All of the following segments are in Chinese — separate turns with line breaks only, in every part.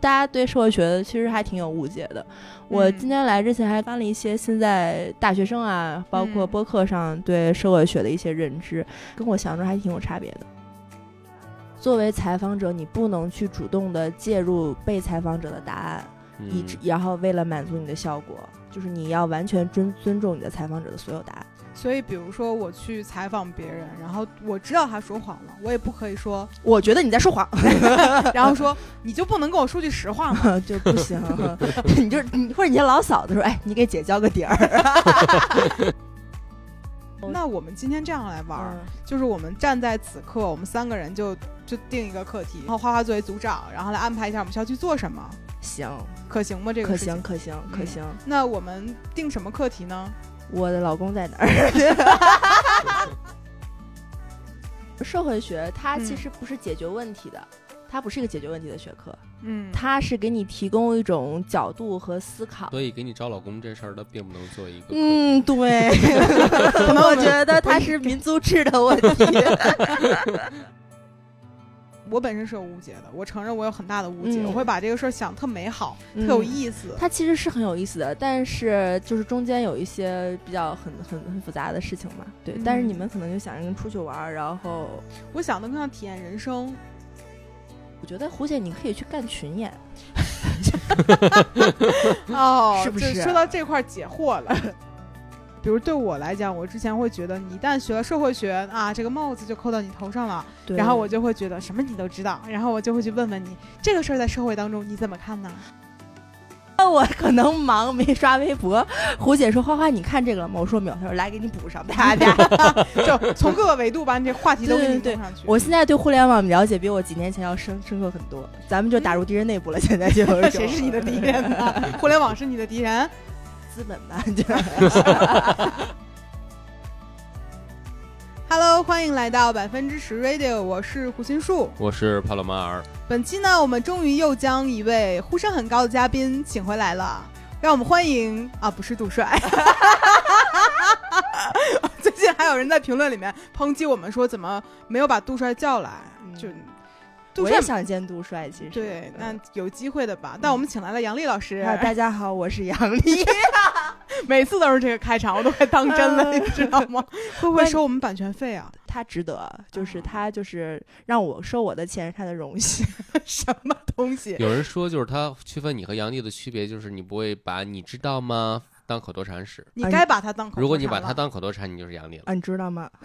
大家对社会学其实还挺有误解的。我今天来之前还翻了一些现在大学生啊，包括
嗯
播客上对社会学的一些认知，跟我想中还挺有差别的。作为采访者，你不能去主动的介入被采访者的答案，以
嗯
致然后为了满足你的效果，就是你要完全尊尊重你的采访者的所有答案。
所以，比如说我去采访别人，然后我知道他说谎了，我也不可 以说，
我觉得你在说谎，
然后说你就不能跟我说句实 话吗？
就不行，你就是你或者你家老嫂子说，哎，你给姐交个底儿。嗯
那我们今天这样来玩儿，就是我们站在此刻，我们三个人就就定一个课题，然后花花作为组长，然后来安排一下我们需要去做什么，
行，
可行吗？这个
可
事情
行，。可行，可行。
那我们定什么课题呢？
我的老公在哪儿？ 社会学它其
嗯
实不是解决问题的，它不是一个解决问题的学科，
嗯，
它是给你提供一种角度和思考。
所以给你找老公这事儿，他并不能做一个。
嗯， 对，可能我觉得它是民族志的问题。
我本身是有误解的，我承认我有很大的误解，
嗯
我会把这个事儿想特美好、
嗯
特有意思。
它其实是很有意思的，但是就是中间有一些比较很很很复杂的事情嘛。对，
嗯
但是你们可能就想着出去玩儿，然后
我想能更像体验人生，
我觉得胡姐你可以去干群演，
哦，
是不
就是说到这块儿解惑了。 比如对我来讲，我之前会觉得，你一旦学了社会学啊，这个帽子就扣到你头上了，
对
然后我就会觉得什么你都知道，然后我就会去问问你这个事儿在社会当中你怎么看呢？
那 我可能忙没刷微博。胡姐说：“花花，你看这个了吗？”我说：“没有。”她说：“来，给你补上。”大家，
就从各个维度把你这话题都给
对
你
对对
弄上去。
我现在对互联网了解比我几年前要深深刻很多。咱们就打入敌人内部了，现在就
谁是你的敌人呢？互联网是你的敌人？
资本吧，就
Hello，欢迎来到百分之十 Radio，我是胡心树。
我是帕洛马尔，
本期呢，我们终于又将一位呼声很高的嘉宾请回来了，让我们欢迎啊，不是杜帅。 最近还有人在评论里面抨击我们说怎么没有把杜帅叫来，
嗯
就杜
我
帅
也想见杜帅，其实
对，那
嗯
有机会的吧。但我们请来了杨丽老师，
啊大家好，我是杨丽。
嗯每次都是这个开场，我都快当真了，
嗯
你知道吗？ 会不会收我们版权费啊？
他值得，就是他就是让我收我的钱是他的荣幸。
什么东西？
有人说就是他区分你和杨笠的区别，就是你不会把你知道吗当口头禅使。
你该把它当口头禅了。
如果你把它当口头禅，你就是杨笠了。
啊，你知道吗？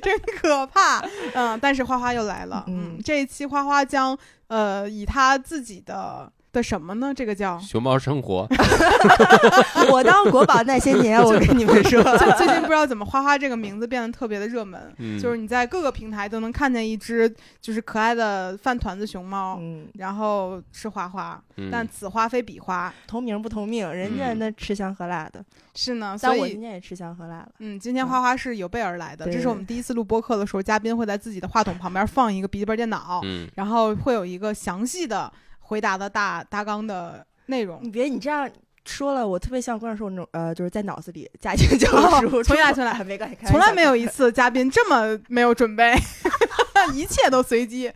真可怕。嗯，但是花花又来了。
嗯
嗯，这一期花花将呃以她自己的的什么呢？这个叫
熊猫生活，
我当国宝那些年，我跟你们说，
就最近不知道怎么花花这个名字变得特别的热门，
嗯，
就是你在各个平台都能看见一只就是可爱的饭团子熊猫。
嗯，
然后是花花，
嗯
但此花非彼花，
同名不同命，人家
嗯
那吃香喝辣的，
是呢，所
但我今
以
天也吃香喝辣了。
嗯，今天花花是有备而来的，
对
这是我们第一次录播客的时候，嘉宾会在自己的话筒旁边放一个笔记本电脑，
嗯，
然后会有一个详细的回答的大大纲的内容
你。别你这样说了，我特别像观众那种呃，就是在脑子里家庭教
哦
书，
从来
出
从来
国没关系，开玩
从来没
笑
有一次嘉宾这么没有准备， 一切都随机。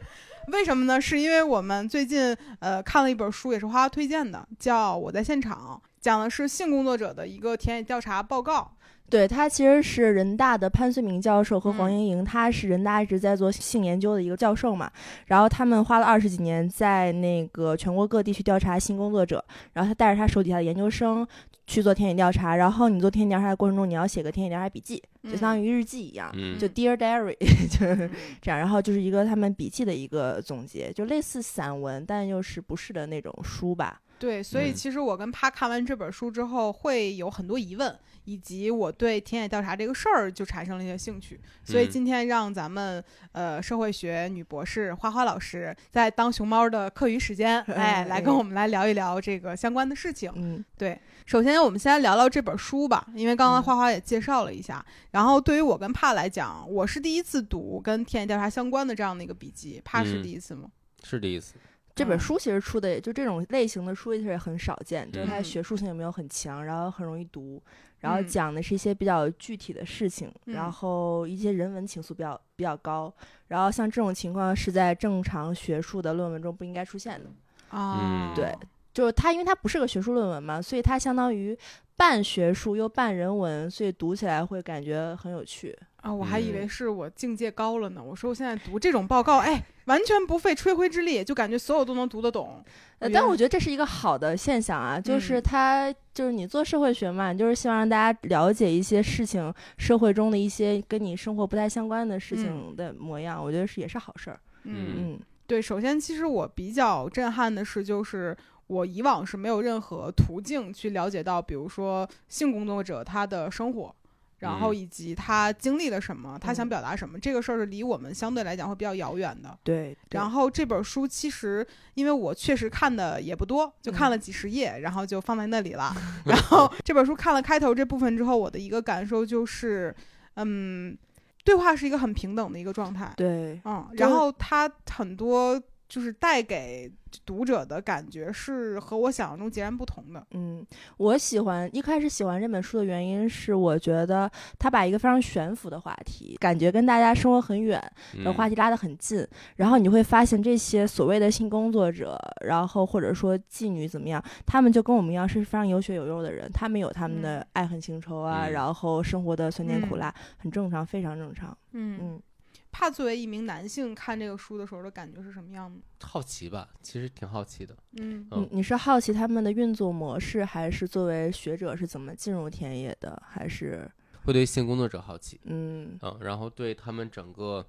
为什么呢？是因为我们最近呃看了一本书，也是花花推荐的，叫《我在现场》，讲的是性工作者的一个田野调查报告。
对他其实是人大的潘绥铭教授和黄
嗯
莹莹，他是人大一直在做性研究的一个教授嘛。然后他们花了二十几年在那个全国各地去调查性工作者，然后他带着他手底下的研究生去做田野调查。然后你做田野调查的过程中，你要写个田野调查笔记，就相当
于
于日记一样，
嗯
就 Dear Diary，就是
嗯
这样。然后就是一个他们笔记的一个总结，就类似散文，但又是不是的那种书吧。
对，所以
嗯
其实我跟帕看完这本书之后，会有很多疑问，以及我对田野调查这个事儿就产生了一些兴趣。所以
嗯
今天让咱们呃社会学女博士花花老师在当熊猫的课余时 间，哎，来
嗯
跟我们来聊一聊这个相关的事情。
嗯，
对，首先我们先来聊聊这本书吧，因为刚刚
嗯
花花也介绍了一下。然后对于我跟帕来讲，我是第一次读跟田野调查相关的这样的一个笔记，帕是
嗯
第一次吗？
是这意思。
这本
嗯
书其实出的也就这种类型的书其实也很少见，就是它的
嗯
学术性也没有很强，然后很容易读，然后
嗯
讲的是一些比较具体的事情，
嗯
然后一些人文情愫比较比较高，然后像这种情况是在正常学术的论文中不应该出现的。
嗯
啊，
对，就是它，因为它不是个学术论文嘛，所以它相当于半学术又半人文，所以读起来会感觉很有趣。
啊，我还以
嗯
为是我境界高了呢。我说我现在读这种报告，哎，完全不费吹灰之力，就感觉所有都能读得懂。
呃，
嗯
但我觉得这是一个好的现象啊，就是
嗯
它就是你做社会学嘛，你就是希望让大家了解一些事情，社会中的一些跟你生活不太相关的事
嗯
情的模样，我觉得是也是好事儿。
嗯
嗯
对，首先其实我比较震撼的是，就是我以往是没有任何途径去了解到，比如说性工作者他的生活。然后
嗯
以及他经历了什么，他想
嗯
表达什么，这个事儿是离我们相对来讲会比较遥远的。
对，
然
后
后这本书其实，因为我确实看的也不多，就看
嗯
了几十页，然后就放在那里 了。然后这本书看了开头这部分之后，我的一个感受就是，嗯，对话是一个很平等的一个状态。
对，
嗯，
就
然
是
后它很多就是带给读者的感觉是和我想象中截然不同的。
嗯，我喜欢一开始喜欢这本书的原因是，我觉得它把一个非常悬浮的话题，感觉跟大家生活很远，的话
题，
题拉得很近，然后你会发现这些所谓的性工作者，然后或者说妓女怎么样，他们就跟我们一样是非常有血有肉的人，他们有他们的爱恨情仇啊，
嗯
然后生活的酸甜苦
嗯
辣，很正常，非常正常。
嗯，
嗯，
怕作为一名男性看这个书的时候的感觉是什么样的？
好奇吧，其实挺好奇的。
嗯
嗯
你你是好奇他们的运作模式，还是作为学者是怎么进入田野的，还是
会对性工作者好奇，
嗯
嗯，然后对他们整个，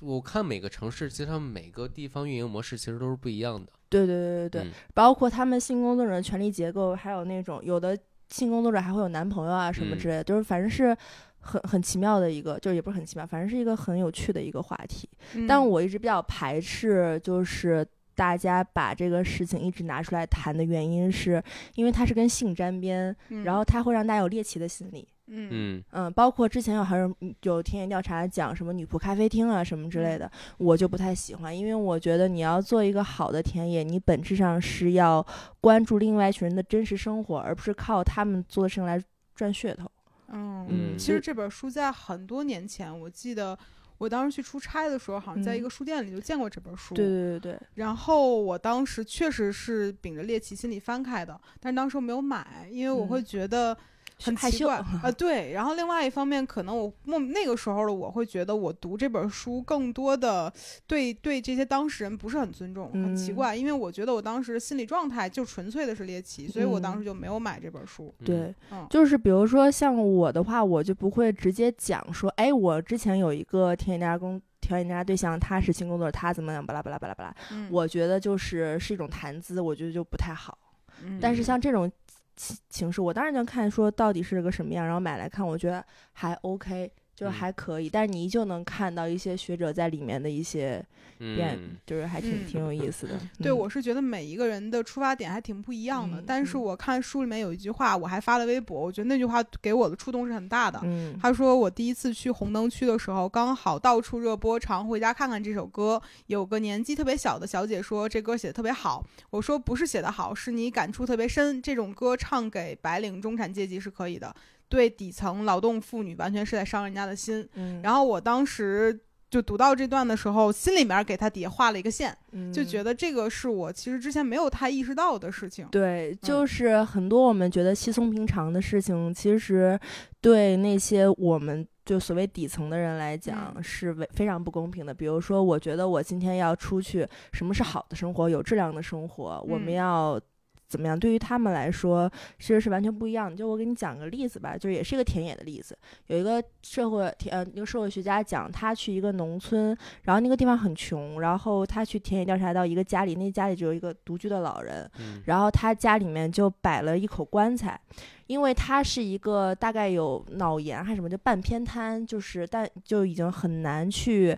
我看每个城市，其实他们每个地方运营模式其实都是不一样的。
对对对对对，
嗯
包括他们性工作者的权利结构，还有那种有的性工作者还会有男朋友啊什么
嗯
之类的，就是反正是很很奇妙的一个，就是也不是很奇妙，反正是一个很有趣的一个话题。
嗯
但我一直比较排斥，就是大家把这个事情一直拿出来谈的原因，是因为它是跟性沾边，
嗯
然后它会让大家有猎奇的心理。
嗯
嗯
嗯，包括之前有还有有田野调查讲什么女仆咖啡厅啊什么之
嗯
类的，我就不太喜欢，因为我觉得你要做一个好的田野，你本质上是要关注另外一群人的真实生活，而不是靠他们做的事情来赚噱头。
嗯
嗯
其实这本书在很多年前，我记得我当时去出差的时候，好像在一
嗯
个书店里就见过这本书。
对对对对，
然后我当时确实是秉着猎奇心理翻开的，但是当时我没有买，因为我
嗯
会觉得很
害
奇
羞
怪。 啊、对。然后另外一方面，可能我莫那个时候的我会觉得我读这本书更多的对对这些当事人不是很尊重，很奇
嗯
怪，因为我觉得我当时心理状态就纯粹的是猎奇，所以我当
嗯
时就没有买这本书。
嗯
对，
嗯
就是比如说像我的话，我就不会直接讲说，哎，我之前有一个田野调查工。田野调查对象他是性工作者，他怎么样，巴拉巴拉巴拉巴拉。
嗯
我觉得就是是一种谈资，我觉得就不太好。
嗯
但是像这种情情书，我当然能看说到底是个什么样，然后买来看，我觉得还 OK，就是
嗯
还可以。但是你依旧能看到一些学者在里面的一些变，
嗯，
就是还挺、
嗯
挺有意思的。
对，
嗯
我是觉得每一个人的出发点还挺不一样的。
嗯
但是
嗯
我看书里面有一句话，我还发了微博，我觉得那句话给我的触动是很大的。
嗯，
他说：“我第一次去红灯区的时候，刚好到处热播《常回家看看》这首歌。有个年纪特别小的小姐说这歌写的特别好。我说不是写的好，是你感触特别深。这种歌唱给白领中产阶级是可以的，对底层劳动妇女完全是在伤人家的心。
嗯，
然后我当时就读到这段的时候，心里面给他底下画了一个线，
后
就觉
得。
得这个是我其实之前没有太意识到的事情。嗯
对，就是很多我们觉得稀松平常的事情，其实对那些我们就所谓底层的人来讲
嗯
是为非常不公平的。比如说，我觉得我今天要出去，什么是好的生活，有质量的生活，我们
嗯
要。怎么样？对于他们来说，其实是完全不一样的。就我给你讲个例子吧，就是也是一个田野的例子。有一个社会田，呃，一个社会学家讲，他去一个农村，然后那个地方很穷，然后他去田野调查到一个家里，那家里只有一个独居的老人，
嗯
然后他家里面就摆了一口棺材，因为他是一个大概有脑炎还是什么，就半偏瘫，就是但就已经很难去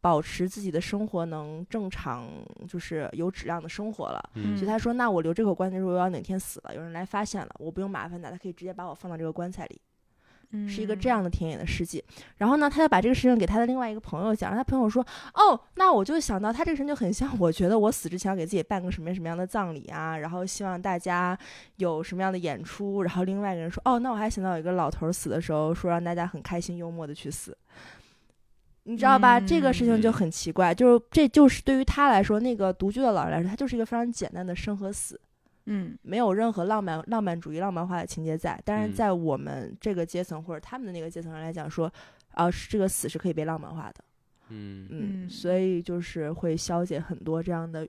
保持自己的生活能正常，就是有质量的生活了。
嗯
所以他说：“那我留这口棺材，如果要哪天死了，有人来发现了，我不用麻烦他，他可以直接把我放到这个棺材里。”是一个
嗯
这样的田野的事迹。然后呢，他就把这个事情给他的另外一个朋友讲，然后他朋友说：“哦，那我就想到他这个人就很像，我觉得我死之前要给自己办个什么什么样的葬礼啊，然后希望大家有什么样的演出。”然后另外一个人说：“哦，那我还想到有一个老头儿死的时候，说让大家很开心幽默的去死。”你知道吧？这个事情就
嗯
很奇怪，就是这就是对于他来说，那个独居的老人来说，他就是一个非常简单的生和死。
嗯
没有任何浪漫、浪漫主义、浪漫化的情节在。但是
嗯
在我们这个阶层或者他们的那个阶层上来讲说，啊，是这个死是可以被浪漫化的，
嗯，
嗯，
嗯
所以就是会消解很多这样的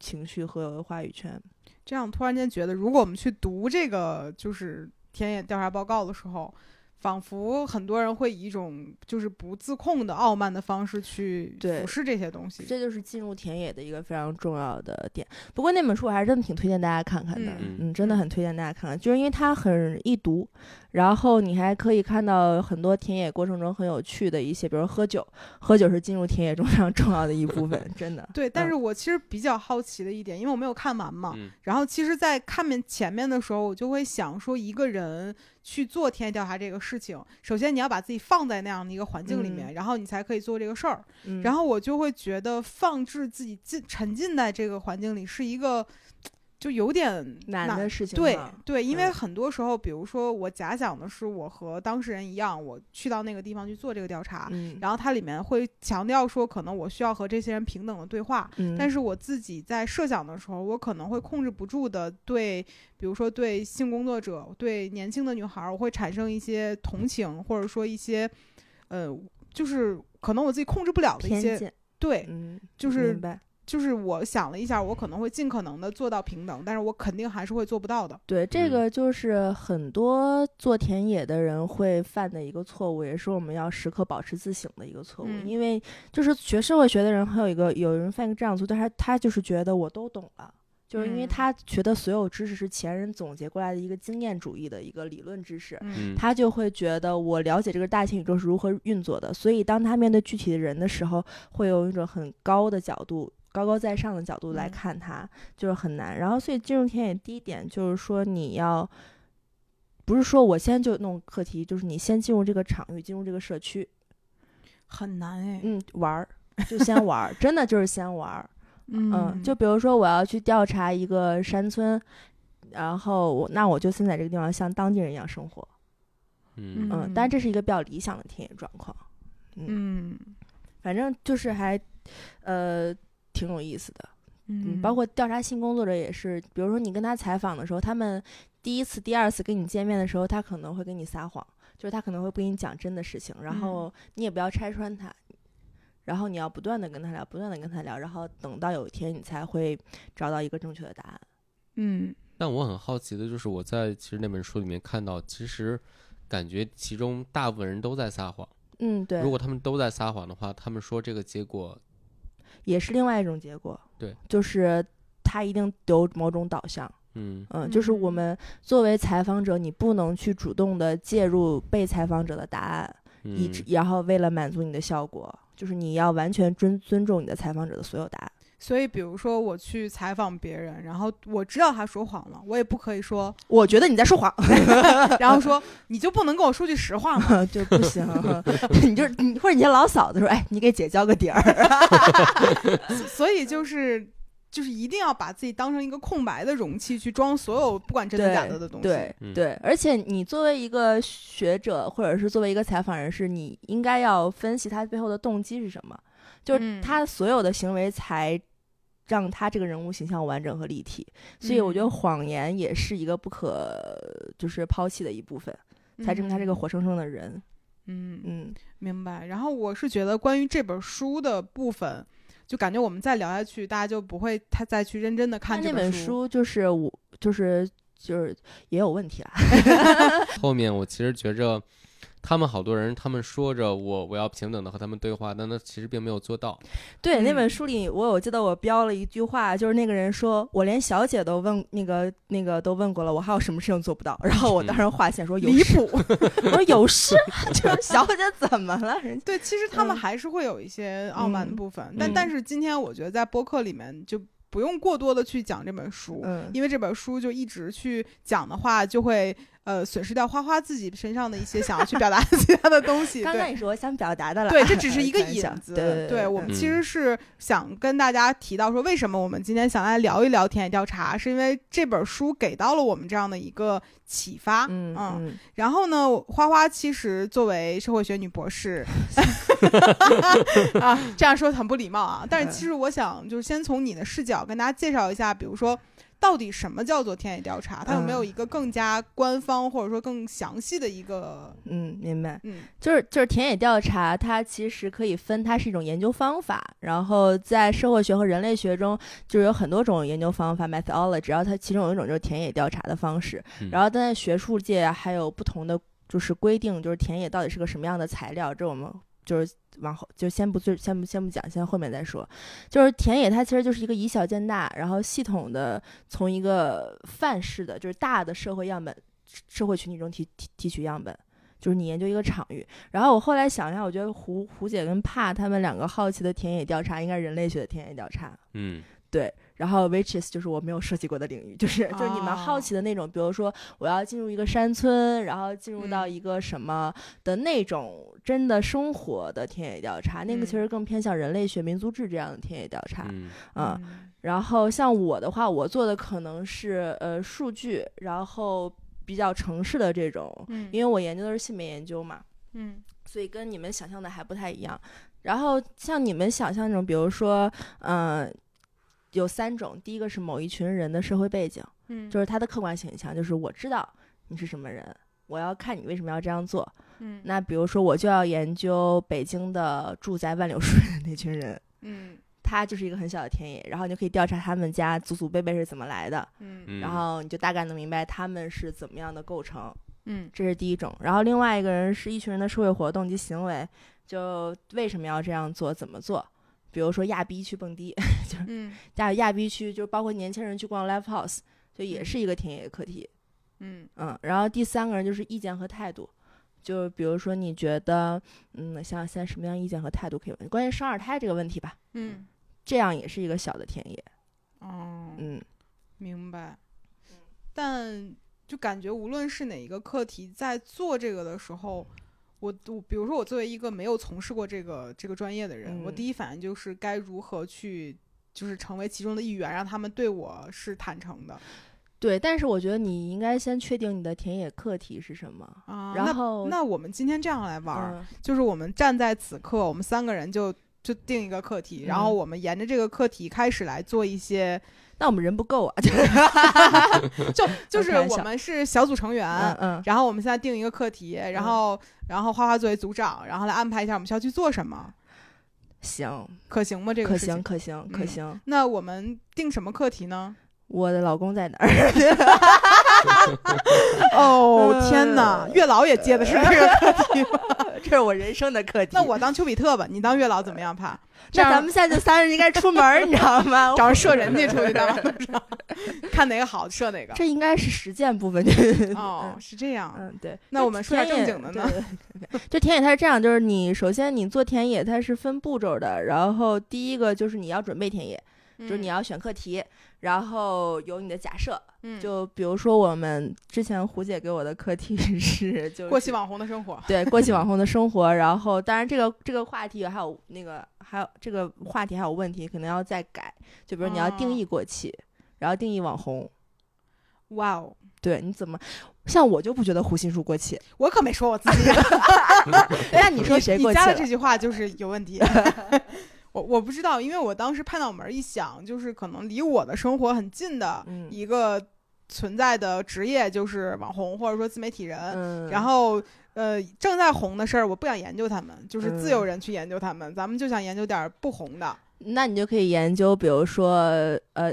情绪和话语权。
这样突然间觉得，如果我们去读这个就是田野调查报告的时候，仿佛很多人会以一种就是不自控的傲慢的方式去
对
俯视这些东西。
这就是进入田野的一个非常重要的点。不过那本书我还是真的挺推荐大家看看的，
嗯
嗯真的很推荐大家看看，就是因为它很易读，然后你还可以看到很多田野过程中很有趣的一些，比如喝酒，喝酒是进入田野中非常重要的一部分，真的。
对，但
嗯
是我其实比较好奇的一点，因为我没有看完嘛，
嗯
然后其实，在看面前面的时候，我就会想说，一个人去做田野调查这个事情，首先你要把自己放在那样的一个环境里面，然后你才可以做这个事儿。
嗯
然后我就会觉得放置自己进沉浸在这个环境里是一个就有点
难的事情
对
哈
对，因为
嗯
很多时候，比如说我假想的是我和当事人一样，我去到那个地方去做这个调查，
嗯，
然后它里面会强调说，可能我需要和这些人平等的对话。
嗯
但是我自己在设想的时候，我可能会控制不住的对，比如说对性工作者、对年轻的女孩儿，我会产生一些同情，或者说一些，呃，就是可能我自己控制不了的一
偏
些，
见，
对，
嗯，
就是
明白
就是我想了一下，我可能会尽可能的做到平等，但是我肯定还是会做不到的。
对这
嗯
个就是很多做田野的人会犯的一个错误，也是我们要时刻保持自省的一个错误。
嗯
因为就是学社会学的人，还有一个有人犯一个这样的错，但他他就是觉得我都懂了。就是因为
嗯
他觉得所有知识是前人总结过来的一个经验主义的一个理论知识，
嗯
嗯，
他就会觉得我了解这个大千宇宙是如何运作的，所以当他面对具体的人的时候，会有一种很高的角度、高高在上的角度来
嗯
看他，就是很难。然后，所以进入田野第一点就是说，你要不是说我现在就弄课题，就是你先进入这个场域，进入这个社区，
很难哎，
嗯，玩儿，就先玩儿，真的就是先玩儿。嗯，
嗯
就比如说我要去调查一个山村，然后我那我就先在这个地方像当地人一样生活。
嗯
嗯，
嗯
但这是一个比较理想的田野状况。
嗯
反正就是还，呃，挺有意思的。嗯，
嗯
包括调查性工作者也是，比如说你跟他采访的时候，他们第一次、第二次跟你见面的时候，他可能会跟你撒谎，就是他可能会不跟你讲真的事情，然后你也不要拆穿他。然后你要不断的跟他聊，不断的跟他聊，然后等到有一天你才会找到一个正确的答案。
嗯
但我很好奇的就是，我在其实那本书里面看到，其实感觉其中大部分人都在撒谎。
嗯，对
如，果他们都在撒谎的话，他们说这个结果，
也是另外一种结果。
对，
就是他一定有某种导向。
嗯
嗯，就是我
嗯
们作为采访者，你不能去主动的介入被采访者的答案，以
嗯
至然后为了满足你的效果，就是你要完全尊尊重你的采访者的所有答案。
所以，比如说我去采访别人，然后我知道他说谎了，我也不可以说，
我觉得你在说谎，
然后说你就不能跟我说句实话吗？
就不 行，你就是你或者你家老嫂子说，哎，你给姐交个底儿，
所以就是就是一定要把自己当成一个空白的容器去装所有不管真的假的的东西。
对
嗯
对，而且你作为一个学者，或者是作为一个采访人士，你应该要分析他背后的动机是什么，就是
嗯
他所有的行为才让他这个人物形象完整和立体。所以我觉得
嗯
谎言也是一个不可就是抛弃的一部分，
嗯，
才证明他是个活生生的人。
嗯
嗯
明白。然后我是觉得关于这本书的部分，就感觉我们再聊下去，大家就不会太再去认真的看
那
这
本
书。
书就是我就是就是也有问 题啊。
嗯
嗯后面我其实觉着，他们好多人，他们说着我我要平等的和他们对话，但他其实并没有做到。
对，那本
嗯
书里我有记得我标了一句话，就是那个人说我连小姐都问那个那个都问过了，我还有什么事情做不到？然后我当时划线说有
离
事， 我说有事，啊 就是小姐怎么了？人家
对，其实他们
嗯
还是会有一些傲慢的
嗯
部分，但
嗯
但是今天我觉得在播客里面就不用过多的去讲这本书，
嗯
因为这本书就一直去讲的话，就会呃损失掉花花自己身上的一些想要去表达 的其他的东西。
刚
对
才你说我想表达的了，
对，这只是一个
开玩
引
笑
子。
对对
我们
嗯
其实是想跟大家提到说，为什么我们今天想来聊一聊田野调查，是因为这本书给到了我们这样的一个启发。
嗯嗯，
然后呢，我花花其实作为社会学女 博士， 啊，这样说很不礼貌啊。但是其实我想，就是先从你的视角跟大家介绍一下，比如说。到底什么叫做田野调查？它有
嗯
没有一个更加官方或者说更详细的一个
嗯，明白。
嗯
就是就是田野调查，它其实可以分，它是一种研究方法。然后在社会学和人类学中，就是有很多种研究方法 methodology，然后它其中有一种就是田野调查的方式。
嗯
然后但在学术界啊还有不同的就是规定，就是田野到底是个什么样的材料，这我们就是往后就先不最先不先不讲，先后面再说。就是田野它其实就是一个以小见大，然后系统的从一个范式的就是大的社会样本社会群体中提提提取样本。就是你研究一个场域，然后我后来想一下，我觉得胡胡姐跟帕他们两个好奇的田野调查，应该是人类学的田野调查。
嗯
对，然后 which is 就是我没有涉及过的领域，就是就是你们好
哦
奇的那种，比如说我要进入一个山村，然后进入到
嗯
一个什么的那种真的生活的田野调查，那个其
嗯
实更偏向人类学、民族志这样的田野调查，
嗯
嗯，然后像我的话，我做的可能是呃数据，然后比较城市的这种，
嗯
因为我研究的是性别研究嘛，
嗯
所以跟你们想象的还不太一样。然后像你们想象那种，比如说，嗯、有三种，第一个是某一群人的社会背景，
嗯，
就是他的客观形象，就是我知道你是什么人，我要看你为什么要这样做。
嗯
那比如说，我就要研究北京的住在万柳树的那群人，
嗯
他就是一个很小的田野，然后你就可以调查他们家祖祖辈辈是怎么来的，
嗯
嗯，
然后你就大概能明白他们是怎么样的构成。
嗯
这是第一种。然后另外一个人是一群人的社会活动及行为，就为什么要这样做，怎么做。比如说亚逼去蹦迪，
嗯
亚亚逼区就包括年轻人去逛 live house，就也
嗯
是一个田野课题。
嗯
嗯，然后第三个人就是意见和态度，就比如说你觉得，嗯，想想现在什么样意见和态度可以问？关于生二胎这个问题吧，
嗯，
这样也是一个小的田野。
哦，
嗯，
明白。但就感觉无论是哪一个课题，在做这个的时候，我我比如说我作为一个没有从事过这个这个专业的人，我
嗯
第一反应就是该如何去。就是成为其中的一员，让他们对我是坦诚的
对。但是我觉得你应该先确定你的田野课题是什么，
啊
然后
那那我们今天这样来玩儿，
嗯
就是我们站在此刻，我们三个人就就定一个课题，然后
嗯
我们沿着这个课题开始来做 一些
那我们人不够啊。
就就是
开玩
我
笑
们是小组成员，
嗯嗯，
然后我们现在定一个课题，然后、然后花花作为组长，然后来安排一下我们需要去做什么，
行，
可行吗？这个
可
事情
行，。可行，可
嗯
行。
那我们定什么课题呢？
我的老公在哪儿？啊
哦
呃
天哪，月老也接的是这个课题吗。
这是我人生的课题。
那我当丘比特吧，你当月老怎么样？怕这
那
样
咱们现在就三人应该出门儿，你知道吗？
找人射人家出去当， 看哪个好射哪个。
这应该是实践部分。
哦，是这样。
嗯，对。
那我们说点正经的呢？
对？对对就田野它是这样，就是你首先你做田野它是分步骤的，然后第一个就是你要准备田野，就是你要选课题，然后有你的假设。
嗯
就比如说我们之前胡姐给我的课题是就是
过气网红的生活。
对过气网红的生活，然后当然这个这个话题还有那个还有这个话题还有问题，可能要再改。就比如你要定
哦
义过气，然后定义网红，
哇哦，
对你怎么？像我就不觉得胡心树过气，
我可没说我自己。
那你说谁
哎你
过气
加的
了
这？句话就是有 问题。我我不知道，因为我当时拍脑门儿一想，就是可能离我的生活很近的
嗯
一个存在的职业就是网红或者说自媒体人，
嗯，
然后。呃，正在红的事儿，我不想研究他们，就是
嗯
自有人去研究他们。咱们就想研究点儿不红的。
那你就可以研究，比如说呃。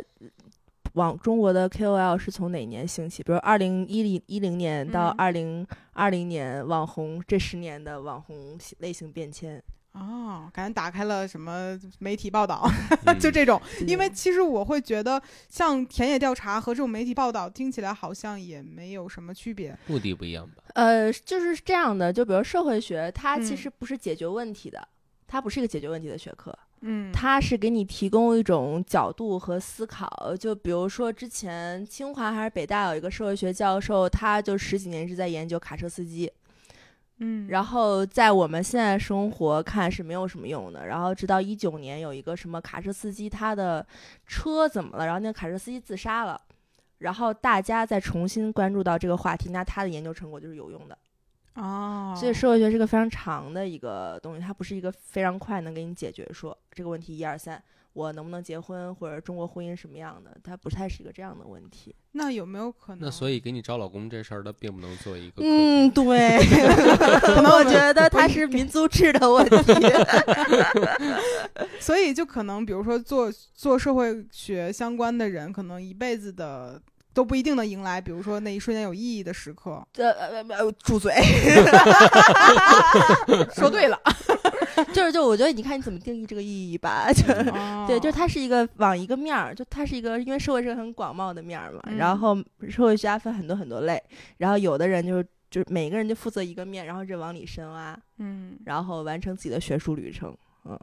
往中国的 KOL 是从哪年兴起？比如二零一零一零年到
嗯
二零二零年，网红这十年的网红类型变迁，
哦，感觉打开了什么媒体报道，
嗯
就这种。因为
对
其实我会觉得，像田野调查和这种媒体报道听起来好像也没有什么区别。
嗯目的不一样吧？
呃，就是这样的，就比如社会学，它其
嗯
实不是解决问题的，它不是一个解决问题的学科，
嗯，
它是给你提供一种角度和思考。就比如说之前清华还是北大有一个社会学教授，他就十几年是在研究卡车司机，
嗯，
然后在我们现在生活看是没有什么用的。然后直到一九年有一个什么卡车司机他的车怎么了，然后那个卡车司机自杀了，然后大家再重新关注到这个话题，那他的研究成果就是有用的。
哦，
所以社会学是个非常长的一个东西，它不是一个非常快能给你解决说这个问题一二三，我能不能结婚或者中国婚姻什么样的，它不太是一个这样的问题。
那有没有可能？
那所以给你找老公这事儿，他并不能做一个。
嗯，，对， 可能我觉得它是民族志的问 题。
所以就可能，比如说做做社会学相关的人，可能一辈子的都不一定能迎来，比如说那一瞬间有意义的时 刻。
呃呃呃，住嘴！
说对了，
就是就我觉得你看你怎么定义这个意义吧，就对，就是
他
它是一个往一个面儿，就它是一个，因为社会是个很广袤的面儿嘛，
嗯
然后社会学家分很多很多类，然后有的人就是就是每个人就负责一个面，然后就往里啊深挖，
嗯
然后完成自己的学术旅程。嗯，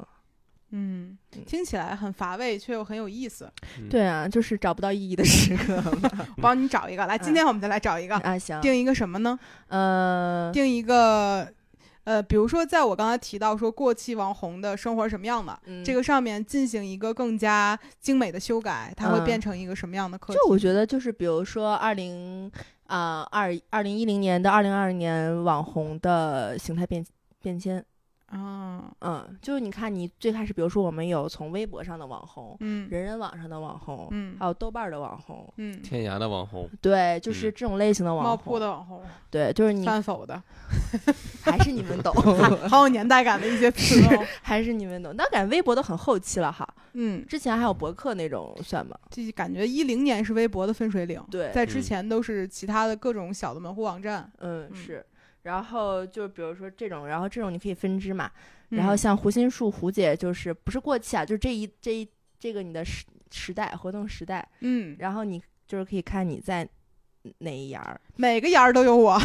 嗯，听起来很乏味，却又很有意思。
对啊，就是找不到意义的时刻嘛
我帮你找
嗯
一个，来，今天我们再来找一个，
啊，行，
定一个什么呢？
呃，
定一个，呃，比如说在我刚才提到说过气网红的生活是什么样的，
嗯
这个上面进行一个更加精美的修改，它会
嗯
变成一个什么样的课题？
就我觉得就是比如说二零啊二二零一零年到二零二零年网红的形态变变迁，
啊，
嗯，就是你看你最开始，比如说我们有从微博上的网红。
嗯
人人网上的网红，
嗯
还有豆瓣儿的网红，
嗯，
天涯的网红，
对，就是
嗯
这种类型的网红，
冒扑的网红，
对，就是你
饭 否的，
还是你们 懂，
好有年代感的一 些词哦。
还是你们懂。但感觉微博都很后期了哈，
嗯，
之前还有博客那种算吗？
这感觉一零年是微博的分水岭，
对
在之
嗯
前都是其他的各种小的门户网站。
嗯，
嗯
是。然后就比如说这种，然后这种你可以分支嘛。然
嗯
后像胡心树胡姐，就是不是过气啊，就是这一这一这个你的时时代活动时代，
嗯，
然后你就是可以看你在哪一栏儿。
每个眼儿都有 我，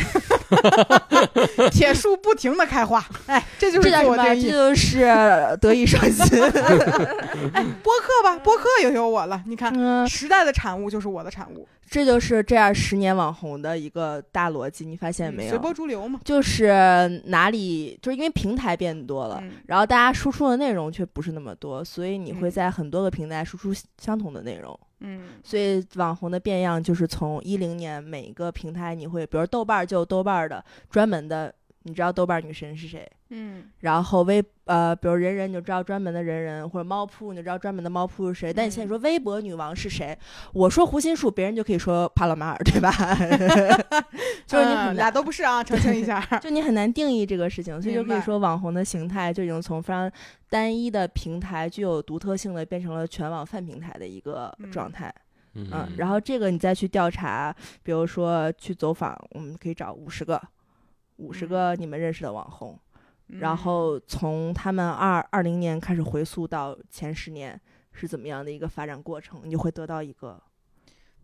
铁树不停的开花，哎，这就是
这叫
自
什
我
么？这
定义。
就是德艺双馨。
播客吧，播客也有我了，你看。
嗯，
时代的产物就是我的产物，
这就是这样十年网红的一个大逻辑，你发现
嗯
没
随
有？
波逐流嘛。
就是哪里，就是因为平台变多了，
嗯
然后大家输出的内容却不是那么多，所以你会
嗯
在很多个平台输出相同的内容。
嗯
所以网红的变样就是从一零年每一个平台，你会比如豆瓣儿就有豆瓣儿的专门的，你知道豆瓣儿女神是谁，
嗯
然后微呃，比如人人你就知道专门的人人，或者猫扑你就知道专门的猫扑是谁。但你现在
嗯
说微博女王是谁，我说胡心树，别人就可以说帕洛马尔，对吧？ 就是你
嗯
很
俩
难，
都不是啊，澄清 一下。
就你很难定义这个事情，所以就可
明
以
白
说网红的形态就已经从非常单一的平台具有独特性的，变成了全网泛平台的一个
嗯
状态。嗯
嗯，
然后这个你再去调查，比如说去走访，我们可以找五十个，五十
嗯
个你们认识的网红，然
嗯
后从他们二二零年开始回溯到前十年是怎么样的一个发展过程，你就会得到一 个，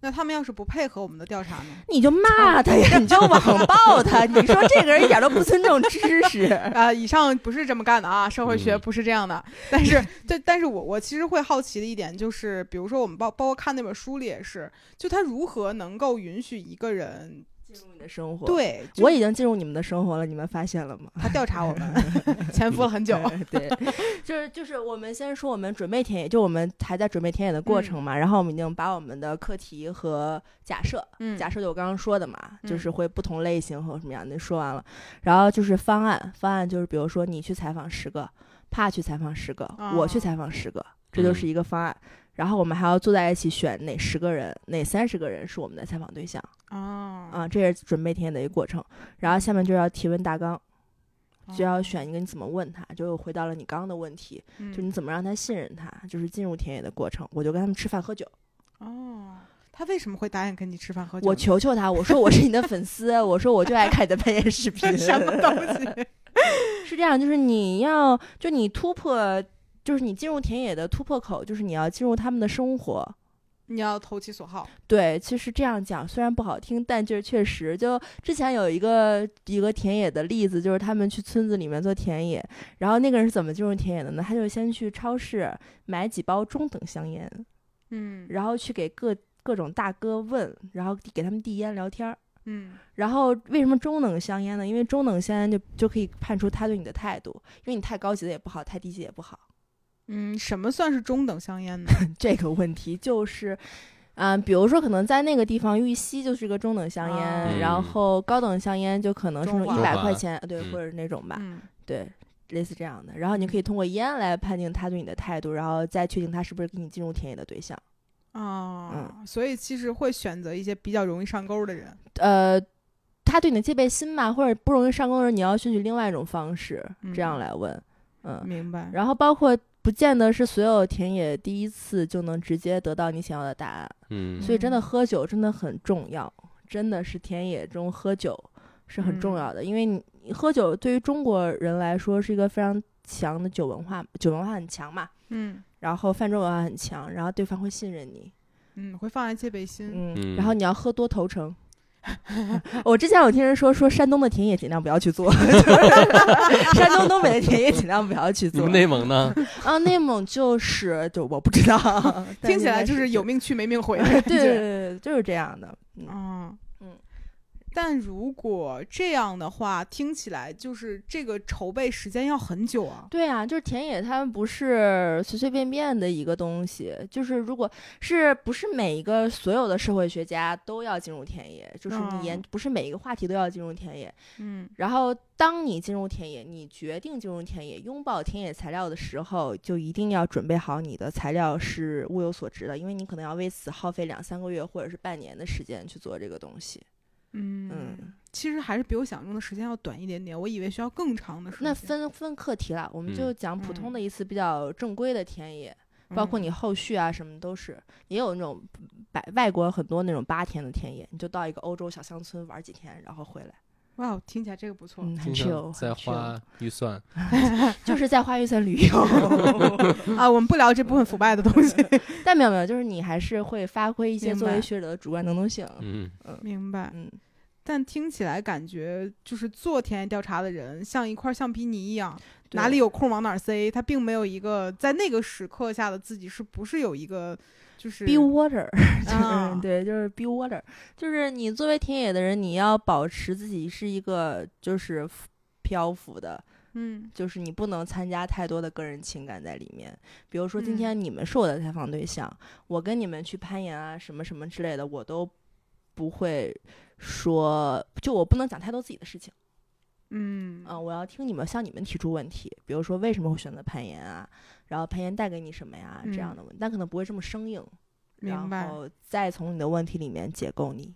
那他们要是不配合我们的调查呢？
你就骂他呀， 你就网暴他，你说这个人一点都不尊重知识。
啊，以上不是这么干的啊，社会学
嗯
不是这样的。但是，对，但是我我其实会好奇的一点就是，比如说我们包包括看那本书里也是，就他如何能够允许一个人
进入你的生活，，
对，就
我已经进入你们的生活了，你们发现了吗？
他调查 我们，潜伏了很久。
对，就是就是我们先说我们准备田野，就我们还在准备田野的过
嗯
程嘛，然后我们已经把我们的课题和假设，
嗯
假设就我刚刚说的嘛，就
嗯
是会不同类型和什么样的说完了，然后就是方案，方案就是比如说你去采访十个，怕去采访十个，我去
哦
采访十个，这就是一个方案。然后我们还要坐在一起选哪十个人，哪三十个人是我们的采访对象
啊，
啊，这也是准备田野的一个过程。然后下面就要提问大纲，嗯就要
哦，
选一个你怎么问他，就回到了你刚刚的问题，就你
嗯
怎么让他信任他，就是进入田野的过程。我就跟他们吃饭喝酒，
哦，他为什么会答应跟你吃饭喝酒呢？
我 求求他，我说我是你的粉丝，我说我就爱看你的半夜视频，
什么东西？
是这样，就是你要就你突破，就是你进入田野的突破口，就是你要进入他们的生活。
你要投其所好。
对，其实这样讲虽然不好听，但就是确实，就之前有一个一个田野的例子，就是他们去村子里面做田野，然后那个人是怎么进入田野的呢？他就先去超市买几包中等香烟，
嗯
然后去给各各种大哥问，然后给他们递烟聊天儿。
嗯
然后为什么中等香烟呢？因为中等香烟就就可以判出他对你的态度，因为你太高级的也不好，太低级也不好。
嗯，什么算是中等香烟呢？
这个问题就是，嗯、比如说可能在那个地方，玉溪就是个中等香烟，
嗯
然后高等香烟就可能是那
中
种
华
一百
中华
块钱，对，
嗯
或者是那种吧，
嗯
对，类似这样的。然后你可以通过烟来判定他对你的态度，然后再确定他是不是跟你进入田野的对象。嗯
啊，所以其实会选择一些比较容易上钩的人。
呃，他对你的戒备心吧，或者不容易上钩的人，你要选取另外一种方式、这样
嗯
来问，嗯，
明白。
然后包括。不见得是所有田野第一次就能直接得到你想要的答案，
嗯
所以真的
嗯
喝酒真的很重要，真的是田野中喝酒是很
嗯
重要的，因为你你喝酒对于中国人来说是一个非常强的酒文化，酒文化很强嘛，
嗯
然后泛舟文化很强，然后对方会信任你，
嗯，会放下戒备心。
嗯，
嗯
然后你要喝多投诚。 我之前有听人说，说山东的田野尽量不要去做，就是山东东北的田野尽量不要去
嗯你
做
们。内蒙呢？
啊，内蒙就是就我不知道，但
听起来
应该
就是有命去没命回的
对
感
对
觉。
对对，就是这样的。嗯
嗯
嗯。
但如果这样的话，听起来就是这个筹备时间要很久啊。
对啊，就是田野，它不是随随便便的一个东西。就是如果是不是每一个所有的社会学家都要进入田野，就是
嗯
你研、不是每一个话题都要进入田野。
嗯
然后当你进入田野，你决定进入田野，拥抱田野材料的时候，就一定要准备好你的材料是物有所值的，因为你可能要为此耗费两三个月或者是半年的时间去做这个东西。
嗯
嗯，
其实还是比我想象中的时间要短一点点，我以为需要更长嗯的时间。嗯
那分分课题了，我们就讲普通的一次比较正规的田野。包括
嗯
你后续啊什么都是，也有那种百外国很多那种八天的田野，你就到一个欧洲小乡村玩几天，然后回来，
哇哦，听起来这个不错。
嗯，很
经常
chill，
在
很 chill
花预算，
就是在花预算旅游， 嗯
啊，我们不聊这部分腐败的东西。
但没有没有，就是你还是会发挥一些
明
作
白
为学者的主观能动性，
嗯，
明白。
嗯，
但听起来感觉就是做田野调查的人像一块橡皮泥一样，
对
哪里有空往哪儿塞，他并没有一个在那个时刻下的自己是不是有一个就是。
be water，就是、
啊
对，就是 be water，就是你作为田野的人，你要保持自己是一个就是漂浮的，
嗯
就是你不能参加太多的个人情感在里面。比如说，今
嗯
天你们是我的采访对象，我跟你们去攀岩啊，什么什么之类的，我都不会说，就我不能讲太多自己的事情
嗯
啊、我要听你们向你们提出问题，比如说为什么会选择攀岩啊，然后攀岩带给你什么呀这样的问题，但可能不会这么生硬，
嗯明
然
白。
后再从你的问题里面解构你。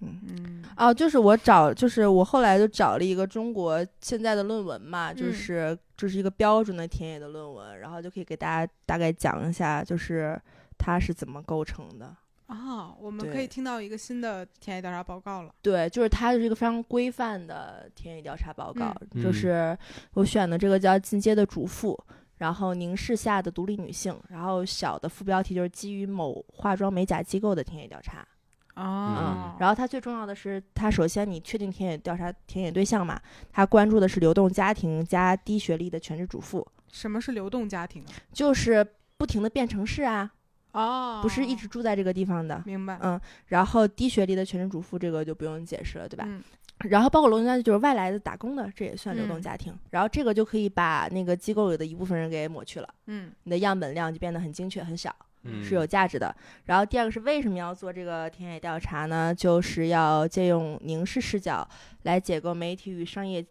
嗯
哦，就是我找，就是我后来就找了一个中国现在的论文嘛，就
嗯
是就是一个标准的田野的论文，然后就可以给大家大概讲一下，就是它是怎么构成的。
啊，我们可
对
以听到一个新的田野调查报告了。
对，就是它就是一个非常规范的田野调查报告，
嗯
就
嗯
是我选的这个叫《进阶的主妇》，然后凝视下的独立女性，然后小的副标题就是基于某化妆美甲机构的田野调查。
啊，
嗯然后它最重要的是，它首先你确定田野调查田野对象嘛，它关注的是流动家庭加低学历的全职主妇，
什么是流动家庭啊？
就是不停的变城市啊，
哦
不是一直住在这个地方的。
明白。
嗯，然后低学历的全职主妇这个就不用解释了，对吧？
嗯
然后包括流动家庭就是外来的打工的，这也算流动
嗯
家庭。然后这个就可以把那个机构里的一部分人给抹去了，
嗯
你的样本量就变得很精确很小。
嗯
是有啊价值的。然后第二个是为什么要做这个田野调查呢？就是要借用凝视视角来解构媒体与商业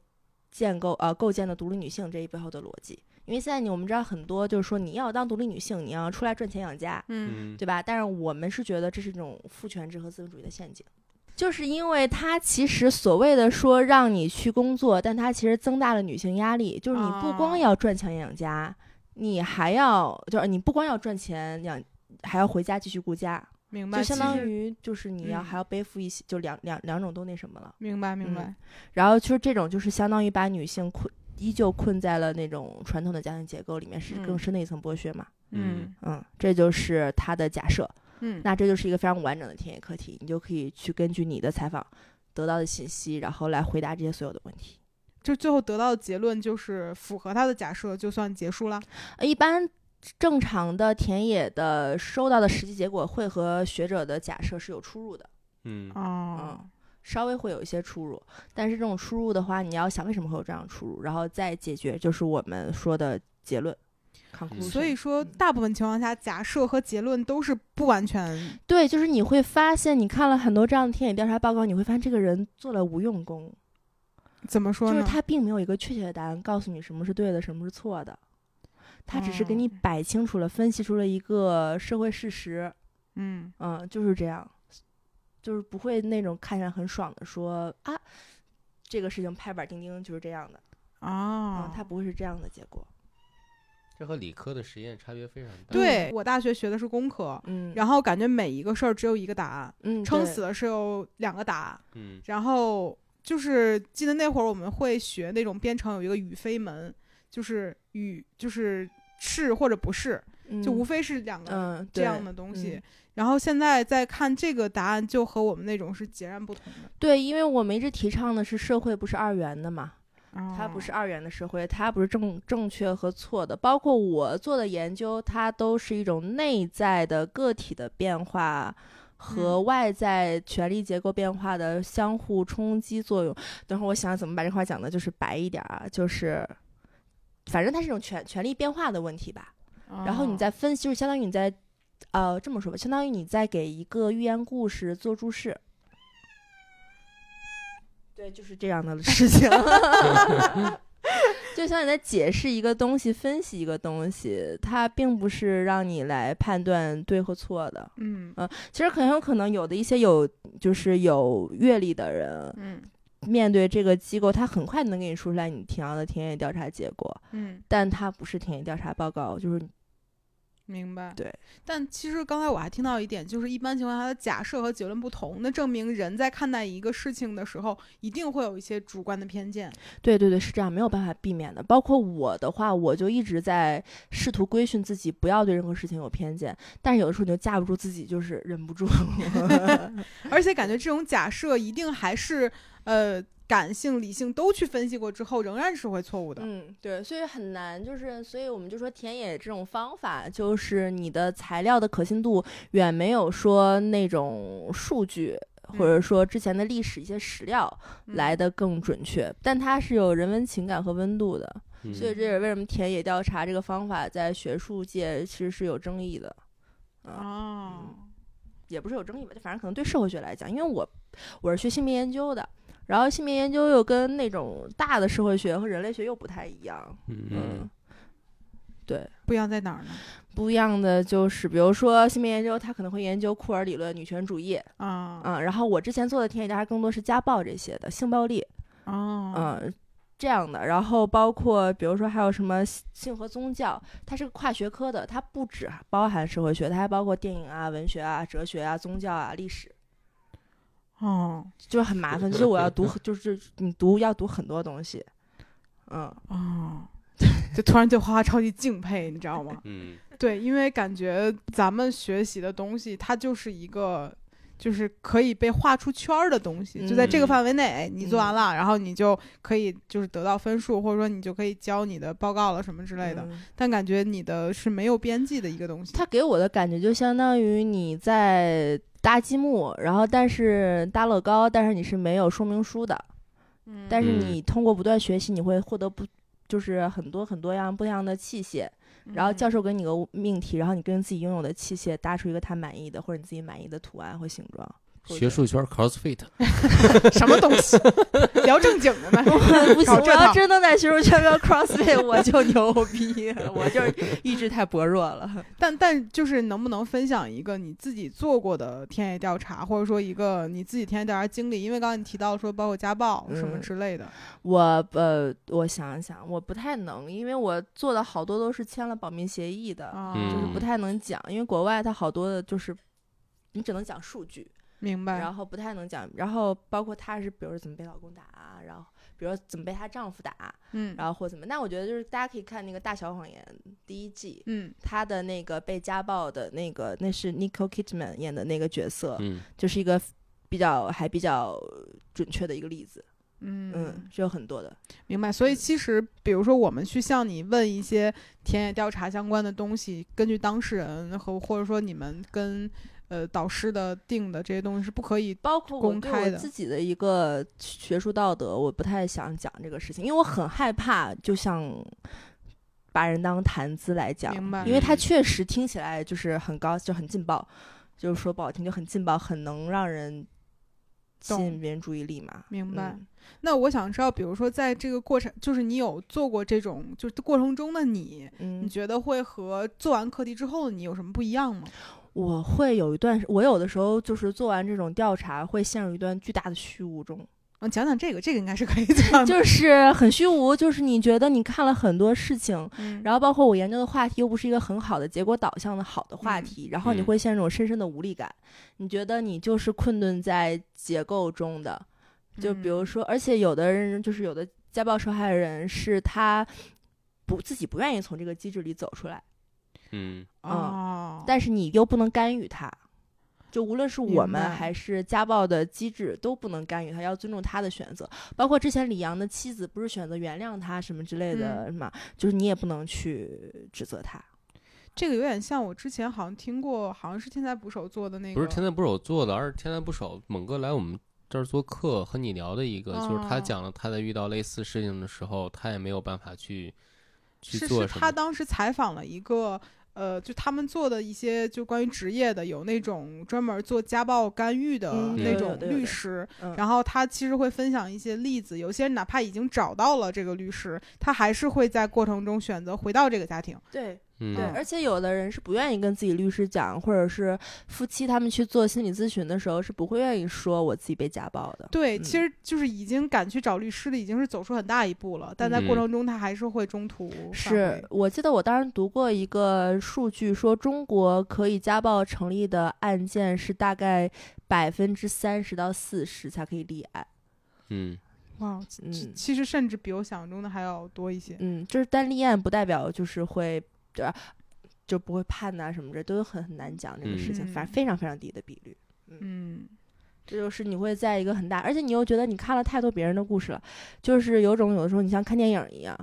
建构呃构建的独立女性这一背后的逻辑。因为现在你我们知道很多就是说你要当独立女性，你要出来赚钱养家，
嗯
嗯
对吧？但是我们是觉得这是一种父权制和资本主义的陷阱。就是因为它其实所谓的说让你去工作，但它其实增大了女性压力，就是你不
啊
光要赚钱养家，你还要就是你不光要赚钱养，还要回家继续顾家，
明白。
就相
其
当
实
于就是你要
嗯
还要背负一些，就两两两种都那什么了。
明白明
嗯
白。
然后就是这种就是相当于把女性困依旧困在了那种传统的家庭结构里面，是
嗯
更深的一层剥削嘛。
嗯
嗯，这就是他的假设。
嗯
那这就是一个非常完整的田野课题，你就可以去根据你的采访得到的信息，然后来回答这些所有的问题。
就最后得到的结论就是符合他的假设，就算结束了。
呃一般正常的田野的收到的实际结果会和学者的假设是有出入的，
嗯
哦，
稍微会有一些出入。但是这种出入的话，你要想为什么会有这样的出入，然后再解决，就是我们说的结论。conclusion
所以说，
嗯
大部分情况下，假设和结论都是不完全。
对，就是你会发现，你看了很多这样的田野调查报告，你会发现这个人做了无用功，
怎么说
就
呢？
是他并没有一个确切的答案告诉你什么是对的，什么是错的，他只
哦
是给你摆清楚了，分析出了一个社会事实，
嗯，
嗯，就是这样，就是不会那种看起来很爽的说啊，这个事情拍板钉钉就是这样的，嗯
哦，，
他不会是这样的结果，
这和理科的实验差别非常大。
对我大学学的是工科，
嗯，
然后感觉每一个事儿只有一个答案，
嗯，
撑
对
死了是有两个答案，
嗯
然后就是记得那会儿我们会学那种编程有一个与非门，就是与就是是或者不是，
嗯
就无非是两个
嗯
这
对
样的东西。
嗯
然后现在再看这个答案，就和我们那种是截然不同的。
对，因为我们一直提倡的是社会不是二元的嘛，它不是二元的社会，它不是正正确和错的。包括我做的研究，它都是一种内在的个体的变化和外在权力结构变化的相互冲击作用。等会儿我想怎么把这块儿讲的，就是白一点儿啊，就是反正它是一种权权力变化的问题吧。
哦，
然后你再分析，就是相当于你在呃这么说吧，相当于你在给一个寓言故事做注释。对，就是这样的事情。 就像你在解释一个东西、分析一个东西，它并不是让你来判断对或错的。
嗯
其实很有可能有的一些有就是有阅历的人，
嗯
面对这个机构，他很快能给你说出来你提到的田野调查结果，
嗯，
但它不是田野调查报告，就是
明白。
对，
但其实刚才我还听到一点，就是一般情况下，它的假设和结论不同，那证明人在看待一个事情的时候，一定会有一些主观的偏见。
对对对，是这样，没有办法避免的。包括我的话，我就一直在试图规训自己，不要对任何事情有偏见。但是有的时候你就架不住自己，就是忍不住。 嗯
而且感觉这种假设一定还是呃感性、理性都去分析过之后，仍然是会错误的。
嗯，对，所以很难，就是所以我们就说田野这种方法，就是你的材料的可信度远没有说那种数据。或者说之前的历史一些史料
嗯
来的更准确，但它是有人文情感和温度的，
嗯
所以这也是为什么田野调查这个方法在学术界其实是有争议的。
哦，
也不是有争议吧，就反正可能对社会学来讲，因为我我是学性别研究的，然后性别研究又跟那种大的社会学和人类学又不太一样，嗯
嗯，
对，
不一样在哪儿呢？
不一样的就是比如说性别研究，它可能会研究库尔理论、女权主义，
啊
嗯，然后我之前做的田野调查更多是家暴这些的性暴力，
哦，
嗯。这样的，然后包括比如说还有什么性和宗教，它是个跨学科的，它不只包含社会学，它还包括电影啊、文学啊、哲学啊、宗教啊、历史
哦
就是很麻烦，所以我要读很，就是你读要读很多东西，嗯，
哦， 就突然对花花超级敬佩，你知道吗？
嗯，
对，因为感觉咱们学习的东西，它就是一个。就是可以被画出圈儿的东西，就在这个
嗯
范围内，你做
嗯
完了，然后你就可以就是得到分数，或者说你就可以交你的报告了什么之
之
类的。但感觉你的是没有边际的一个东西。
它给我的感觉就相当于你在搭积木，然后但是搭乐高，但是你是没有说明书的，
嗯
但是
嗯
你通过不断学习，你会获得不就是很多很多样不一样的器械，
嗯
然后教授给你个命题，然后你跟自己拥有的器械搭出一个他满意的或者你自己满意的图案或形状。或者
学术圈 CrossFit，
什么东 西， 聊正经的呢？
不行，
搞
我
这
要
套
真能在学术圈标 CrossFit，我就牛逼，我就是意志太薄弱了。
但但就是能不能分享一个你自己做过的田野调查，或者说一个你自己田野调查经历？因为刚刚你提到说包括家暴什么
嗯
之类的，
我呃，我想一想，我不太能，因为我做的好多都是签了保密协议的，
啊，
就是
嗯
不太能讲，因为国外它好多的就是你只能讲数据，
明白。
然后不太能讲，然后包括她是，比如说怎么被老公打啊，然后比如说怎么被她丈夫打，
嗯
然后或怎么，那我觉得就是大家可以看那个《大小谎言》第一季，
嗯
她的那个被家暴的那个，那是 Nicole Kidman 演的那个角色，
嗯，
就是一个比较还比较准确的一个例子，
嗯
嗯，是有很多的，
明白。所以其实，比如说我们去向你问一些田野调查相关的东西，根据当事人和或者说你们跟呃导师的定的这些东西是不可以。
包括我
公
对
开
我
的
自己的一个学术道德，我不太想讲这个事情，因为我很害怕，就像把人当谈资来讲，
明白
因为它
嗯
确实听起来就是很高，就很劲爆，就是说不好听就很劲爆，很能让人吸
懂
引别人注意力嘛。
明白
嗯
那我想知道，比如说在这个过程，就是你有做过这种，就是过程中的你，
嗯，
你觉得会和做完课题之后的你有什么不一样吗？
嗯我会有一段，我有的时候就是做完这种调查，会陷入一段巨大的虚无中，
嗯，讲讲这个，这个应该是可以讲的。
就是很虚无，就是你觉得你看了很多事情，
嗯
然后包括我研究的话题又不是一个很好的结果导向的好的话题，然后你
嗯
会陷入一种深深的无力感，你觉得你就是困顿在结构中的，就
嗯
比如说，而且有的人就是有的家暴受害人是他不自己不愿意从这个机制里走出来，
嗯
哦，
但是你又不能干预他。就无论是我
明
们
白
还是家暴的机制，都不能干预他，要尊重他的选择。包括之前李阳的妻子不是选择原谅他什么之类的嘛，就是你也不能去指责他。
这个有点像我之前好像听过，好像是天才捕手做的那个，
不是天才捕手做的，而是天才捕手猛哥来我们这儿做客，和你聊的一个，就是他
哦
讲了他在遇到类似事情的时候，他也没有办法去去
是
做
是
什
他
么。
当时采访了一个。呃，就他们做的一些就关于职业的，有那种专门做家暴干预的
嗯
那
有
种
有的有
律
的
师，
嗯
然后他其实会分享一些例子，有些人哪怕已经找到了这个律师，他还是会在过程中选择回到这个家庭。
对
嗯，
对，而且有的人是不愿意跟自己律师讲，或者是夫妻他们去做心理咨询的时候是不会愿意说我自己被家暴的。
对，
嗯
其实就是已经敢去找律师的，已经是走出很大一步了，但在过
嗯
程中他还是会中途返
是
回
我记得我当时读过一个数据，说中国可以家暴成立的案件是大概百分之三十到四十才可以立案。
嗯
哇，
嗯
其其实甚至比我想象中的还要多一些。
嗯，就是但立案不代表就是会对吧？就不会判呐、什么的，都有很很难讲这个事情，反
嗯
正非常非常低的比率。
嗯，
这就是你会在一个很大，而且你又觉得你看了太多别人的故事了，就是有种有的时候你像看电影一样，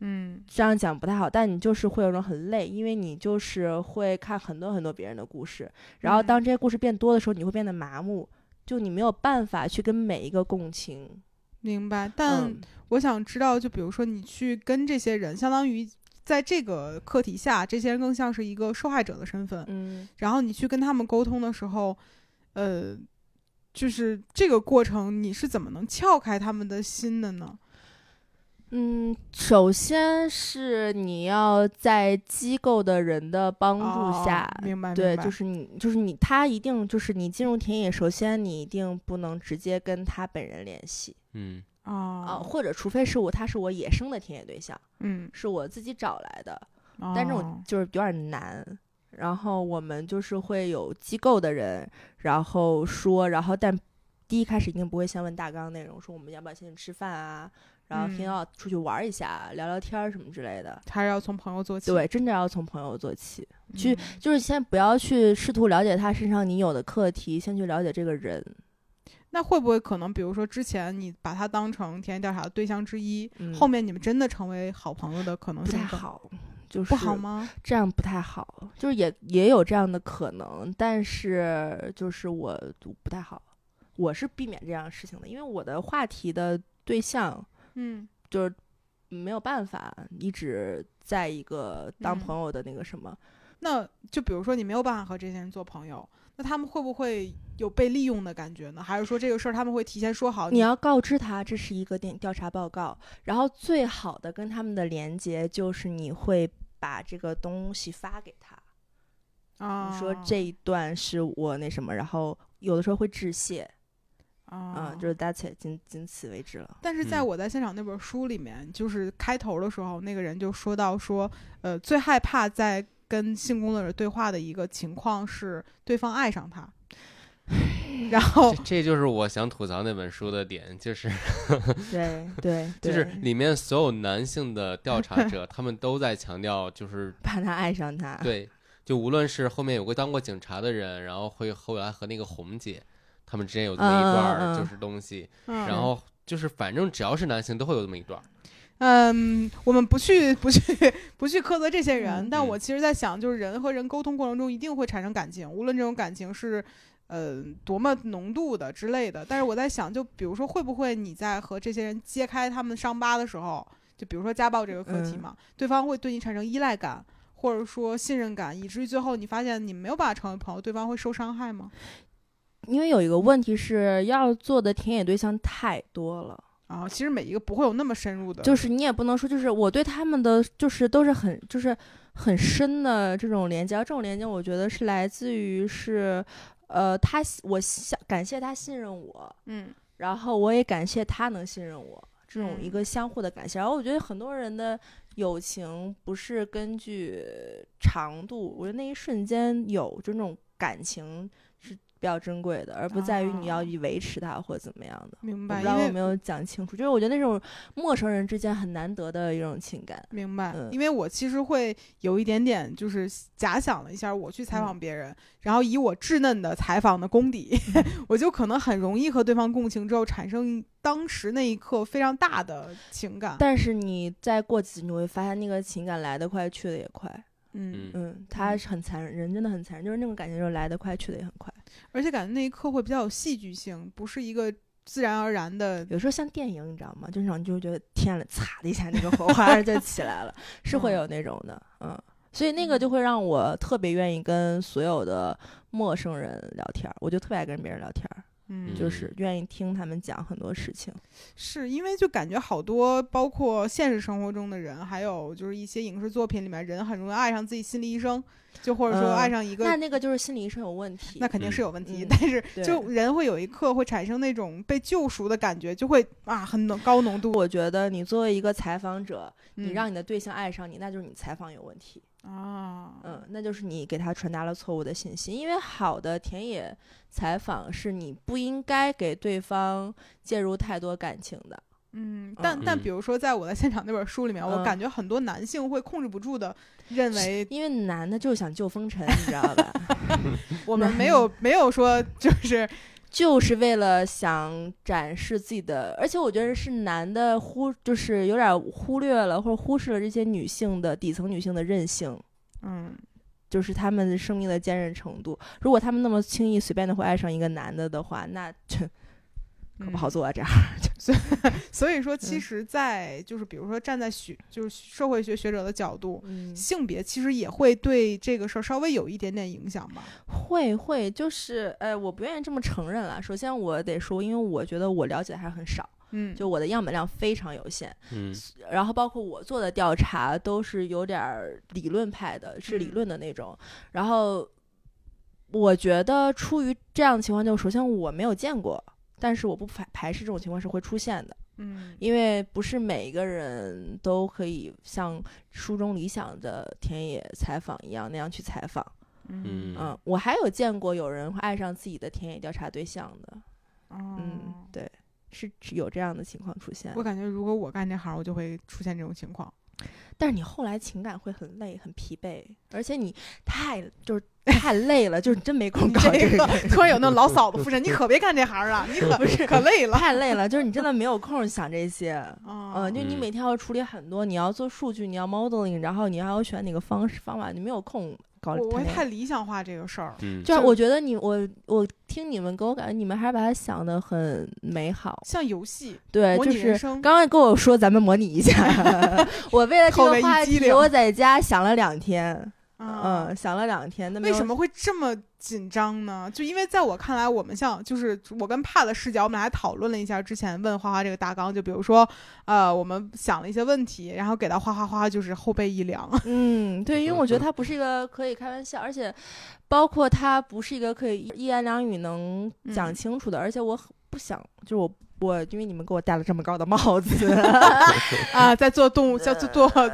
嗯，
这样讲不太好，但你就是会有种很累，因为你就是会看很多很多别人的故事，然后
嗯
当这些故事变多的时候，你会变得麻木，就你没有办法去跟每一个共情。
明白。但
嗯
我想知道，就比如说你去跟这些人，相当于在这个课题下，这些人更像是一个受害者的身份，
嗯
然后你去跟他们沟通的时候，呃，就是这个过程，你是怎么能撬开他们的心的呢？
嗯，首先是你要在机构的人的帮
哦
助下，
明白，
对，
明白
就是你，就是你，他一定就是你进入田野，首先你一定不能直接跟他本人联系
嗯
啊、
哦，
或者除非是我，他是我野生的田野对象，
嗯，
是我自己找来的，
哦
但这种就是有点难。然后我们就是会有机构的人，然后说，然后但第一开始一定不会先问大纲内容，说我们要不要先去吃饭啊，然后
嗯
先要出去玩一下，啊聊聊天儿什么之类的。
还是要从朋友做起，
对，真的要从朋友做起。
嗯，
去就是先不要去试图了解他身上你有的课题，先去了解这个人。
那会不会可能，比如说之前你把他当成田野调查的对象之一，
嗯
后面你们真的成为好朋友的可能
不
性
太
更，
好，就是
不好？吗？
这样不太好，就是也也有这样的可能，但是就是我不太好，我是避免这样的事情的，因为我的话题的对象
嗯，
就是没有办法一直在一个当
嗯
朋友的那个什么，
那就比如说你没有办法和这些人做朋友，那他们会不会有被利用的感觉呢？还是说这个事儿他们会提前说好？
你要告知他这是一个电调查报告，然后最好的跟他们的连接就是你会把这个东西发给他，
啊，
你说这一段是我那什么，然后有的时候会致谢，
啊
啊，，就是 that's it，仅仅此为止了。
但是在
嗯
我在现场那本书里面，就是开头的时候，那个人就说到说，呃，最害怕在跟性工作者对话的一个情况是对方爱上他， 然后
这这就是我想吐槽那本书的点，就是
对 对，
就是
对
里面所有男性的调查者，他们都在强调，就是
怕他爱上他，
对，就无论是后面有个当过警察的人，然后会后来和那个红姐，他们之间有这么一段
嗯嗯嗯
儿
嗯
就是东西，
嗯，
然后就是反正只要是男性都会有这么一段儿，
嗯，我们不去不去不去苛责这些人，
嗯
但我其实在想，就是人和人沟通过程中一定会产生感情，无论这种感情是。呃，多么浓度的之类的，但是我在想，就比如说，会不会你在和这些人揭开他们伤疤的时候，就比如说家暴这个课题
嗯
嘛，对方会对你产生依赖感，或者说信任感，以至于最后你发现你没有办法成为朋友，对方会受伤害吗？
因为有一个问题是要做的田野对象太多了，
啊，其实每一个不会有那么深入的，
就是你也不能说就是我对他们的就是都是很就是很深的这种连接，而这种连接我觉得是来自于是，呃，他我想感谢他信任我，
嗯
然后我也感谢他能信任我，这种一
嗯
个相互的感谢。然后我觉得很多人的友情不是根据长度，我觉得那一瞬间有就那种感情是比较珍贵的，而不在于你
哦
要去维持它或者怎么样的。
明
我不
白，
知
因
道
为
有没有讲清楚，就是我觉得那种陌生人之间很难得的一种情感。
明白，
嗯
因为我其实会有一点点，就是假想了一下，我去
嗯
采访别人，然后以我稚嫩的采访的功底，
嗯
我就可能很容易和对方共情，之后产生当时那一刻非常大的情感。
但是你再过几，你会发现那个情感来得快，去得也快。
嗯，
嗯
嗯，它是很残忍，人真的很残忍，就是那种感情，就是来得快，去得也很快。
而且感觉那一刻会比较有戏剧性，不是一个自然而然的。
有时候像电影，你知道吗？就是那种你就会觉得天了，擦的一下，那个火花 就起来了，是会有那种的，嗯。所以那个就会让我特别愿意跟所有的陌生人聊天儿，我就特别爱跟别人聊天儿，
嗯，
就是愿意听他们讲很多事情。
是因为就感觉好多，包括现实生活中的人，还有就是一些影视作品里面，人很容易爱上自己心理医生，就或者说
嗯
爱上一个
那那个就是心理医生有问题，
那肯定是
嗯
有问题，
嗯
但是
对
就人会有一刻会产生那种被救赎的感觉，就会啊很浓高浓度。
我觉得你作为一个采访者，你
嗯
让你的对象爱上你，那就是你采访有问题。
啊，
嗯，那就是你给他传达了错误的信息，因为好的田野采访是你不应该给对方介入太多感情的。
嗯，但
嗯
但比如说在我的现场那本书里面，我
嗯
感觉很多男性会控制不住的认为
因为男的就想救风尘，你知道吧？
我们没有没有说就是
就是为了想展示自己的，而且我觉得是男的忽就是有点忽略了或者忽视了这些女性的底层女性的韧性，
嗯
就是她们生命的坚韧程度。如果她们那么轻易随便的会爱上一个男的的话，那可不好
嗯
做啊！这样，
所以说，其
嗯
实，在就是比如说站在学就是社会学学者的角度。
嗯
性别其实也会对这个事儿稍微有一点点影响吧。
会会，就是呃，我不愿意这么承认啦。首先，我得说，因为我觉得我了解的还是很少，
嗯，
就我的样本量非常有限。
嗯
然后，包括我做的调查都是有点儿理论派的，是理
嗯
论的那种。然后，我觉得出于这样的情况，就首先我没有见过，但是我不排排斥这种情况是会出现的。
嗯，
因为不是每一个人都可以像书中理想的田野采访一样那样去采访。
嗯
嗯，我还有见过有人会爱上自己的田野调查对象的，嗯
嗯，
对，是是有这样的情况出现
我。感觉如果我干这行，我就会出现这种情况。
但是你后来情感会很累、很疲惫，而且你太 就是太累了，就是你真没空
你
搞这
这
个
个
人，
突然有那种老嫂 子附身，你可别干这行了， 你可
不是
可累了。
太累了，就是你真的没有空想这 些。
啊
嗯，就你每天要处理很多，你要做数据，你要 modeling，然后你还要选哪个方式方法，你没有空搞
我我
谈恋爱
太理想化这个事儿。
嗯，
就是
就
我觉得你我我听你们给我感觉你们还是把它想的很美好，
像游戏，
对，
模
就
拟人
是
生
刚刚跟我说咱们模拟一 下，我为了这
后来
个
一
话
激
题，
灵
我在家想了两天，
啊
嗯，，想了两天，那没
为
有
什？么会这么紧张呢？就因为在我看来，我们像就是我跟帕的视角，我们还讨论了一下之前问花花这个大纲，就比如说，呃，我们想了一些问题，然后给到花花，花花就是后背一凉。
嗯，对，因为我觉得它不是一个可以开玩笑，而且包括它不是一个可以一言两语能讲
嗯
清楚的，而且我很不想，就是我我因为你们给我戴了这么高的帽 子，
啊，在做动物，在做 做，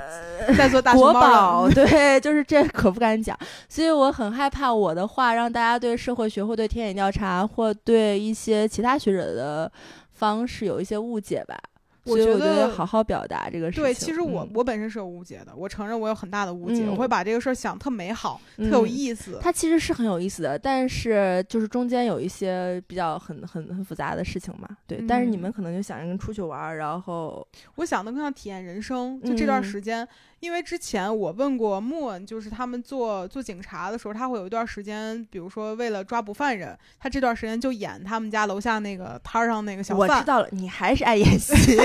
在做大熊
国
猫了
宝，对，就是这可不敢讲，所以我很害怕我的话让大家对社会学或对田野调查或对一些其他学者的方式有一些误解吧。
我
所以
觉
我觉得
得
好好表达这个事情。
对，其实我、
嗯
我本身是有误解的，我承认我有很大的误解，
嗯
我会把这个事儿想特美好，特有意思。
它其实是很有意思的，但是就是中间有一些比较很很很复杂的事情嘛，对。但是你
嗯
们可能就想着出去玩儿，然后
我想的更像体验人生，就这段
嗯
时间，因为之前我问过莫恩，就是他们做做警察的时候，他会有一段时间，比如说为了抓捕犯人，他这段时间就演他们家楼下那个摊儿上那个小
我知
贩，
道了，你还是爱演戏，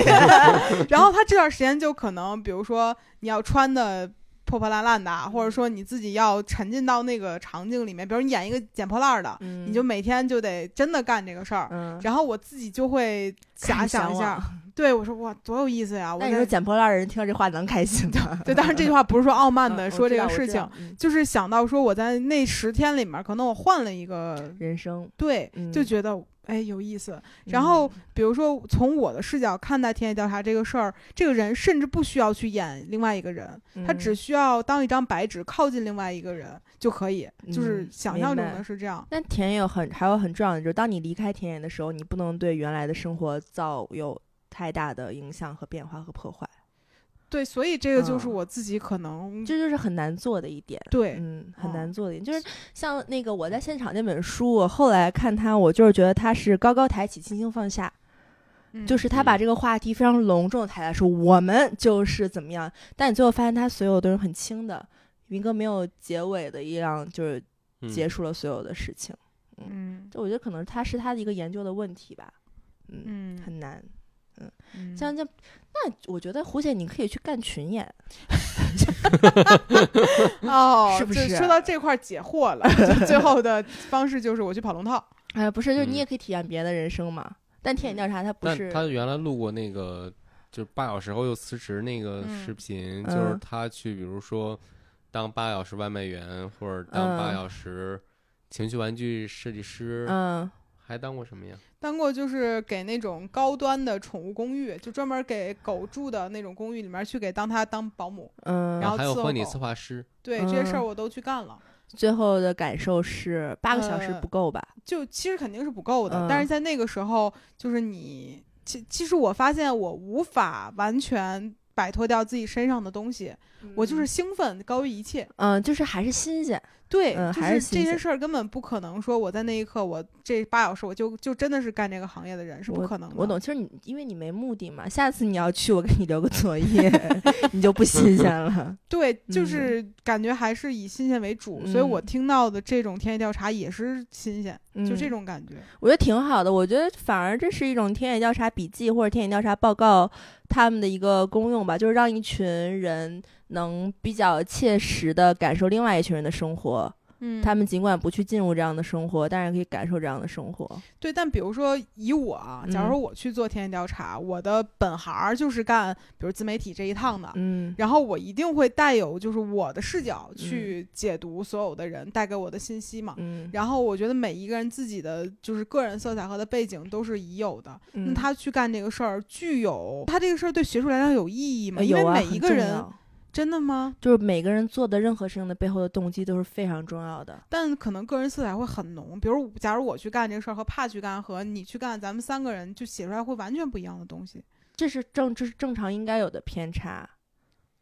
然后他这段时间就可能，比如说你要穿的。破破烂烂的啊，
嗯
或者说你自己要沉浸到那个场景里面，比如你演一个捡破烂儿的，
你
你就每天就得真的干这个事儿，
嗯。
然后我自己就会遐想一
向
下
往，
对我说哇，多有意思呀！我
那你说
在
捡破烂儿人听这话能开心吗？
对，当然这句话不是说傲慢
嗯
的
我
说
知
这
道
个
我
事
知
情
道，嗯
就是想到说我在那十天里面，可能我换了一个
人生。
对，就
嗯
觉得哎有意思。然后比如说从我的视角看待田野调查这个事儿，这个人甚至不需要去演另外一个人，
嗯
他只需要当一张白纸靠近另外一个人就可以，就是
嗯
想
明
象中
白
的是这样。
那田野有很还有很重要的就是，当你离开田野的时候，你不能对原来的生活造有太大的影响和变化和破坏，
对，所以这个就是
嗯
我自己可能
这就是很难做的一点。
嗯对，
嗯，很
哦
难做的一点，就是像那个我在现场那本书，我后来看它，我就是觉得它是高高抬起，轻轻放下，
嗯
就是他把
嗯
这个话题非常隆重的抬来说，我们就是怎么样，但你最后发现他所有都是很轻的，一个没有结尾的一样，就是
嗯
结束了所有的事情。
嗯
这我觉得可能他是他的一个研究的问题吧，嗯，
嗯
很难。
嗯
像这，那我觉得胡姐你可以去干群演，
哦，
是不
这
是
说到这块儿解惑 了，就最后的方式就是我去跑龙套。
哎、不是，就是
嗯
你也可以体验别人的人生嘛。但田野调查它不
但
是，
他原来录过那个，就是八小时后又辞职那个
嗯
视频，就是
嗯
他去，比如说当八小时外卖员，或者当八
嗯
小时情趣玩具设计师，
嗯，
还当过什么呀？
当过就是给那种高端的宠物公寓，就专门给狗住的那种公寓里面去给当它当保姆。
嗯，
然后
还有
伺候
婚礼
狗
策划师，
对、这些事儿
嗯
我都去干了，
最后的感受是八个小时
呃
不够吧？
就其实肯定是不够的。
嗯
但是在那个时候，就是你其其实我发现我无法完全摆脱掉自己身上的东西，我就是兴奋高于一切。
嗯，就是还是新鲜，
对，
嗯
就
还是
这
新
些
鲜
事儿根本不可能说我在那一刻我这八小时我就就真的是干这个行业的人是不可能的。
我懂，其实你因为你没目的嘛，下次你要去，我给你留个作业， 你就不新鲜 了。
对，就
嗯
是感觉还是以新鲜为主，所以我
嗯
听到的这种田野调查也是新鲜，就这
嗯，
种感觉。
我觉得挺好的。我觉得反而这是一种田野调查笔记或者田野调查报告他们的一个功用吧，就是让一群人能比较切实的感受另外一群人的生活。
嗯
他们尽管不去进入这样的生活，但是可以感受这样的生活。
对，但比如说以我啊，假如
嗯
说我去做田野调查，我的本行儿就是干比如自媒体这一趟的。
嗯
然后我一定会带有就是我的视角去解读所有的人带给我的信息嘛。
嗯，
然后我觉得每一个人自己的就是个人色彩和他的背景都是已有的，那
嗯
他去干这个事儿具有他这个事儿对学术来讲有意义吗？
呃
因为
有啊，
每
很
一个
重
人
要
真的吗？
就是每个人做的任何事情的背后的动机都是非常重要的。
但可能个人色彩会很浓。比如，假如我去干这个事儿和帕去干和你去干，咱们三个人就写出来会完全不一样的东西。
这是正这是正常应该有的偏差，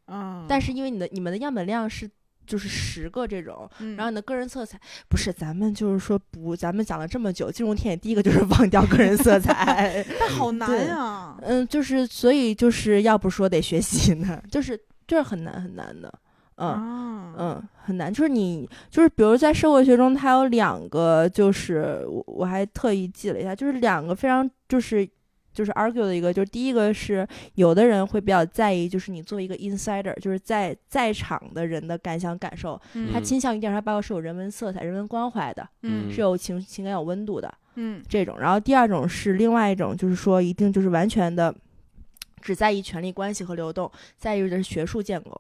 嗯，
但是因为你的你们的样本量是就是十个这种，
嗯
然后你的个人色彩不是咱们就是说不，咱们讲了这么久，进入田野第一个就是 忘掉个人色彩，
但好难啊
对
呀、
嗯，就是所以就是要不说得学习呢，就是就是很难很难的，嗯。
啊，
嗯，很难，就是你，就是比如在社会学中，它有两个，就是我我还特意记了一下，就是两个非常就是就是 argue 的一个，就是第一个是有的人会比较在意，就是你作为一个 insider，就是在在场的人的感想感受，
嗯
他倾向于调查报告是有人文色彩、人文关怀的，
嗯
是有情情感有温度的
嗯
这种。然后第二种是另外一种，就是说一定就是完全的只在意权力关系和流动，在意的是学术建构，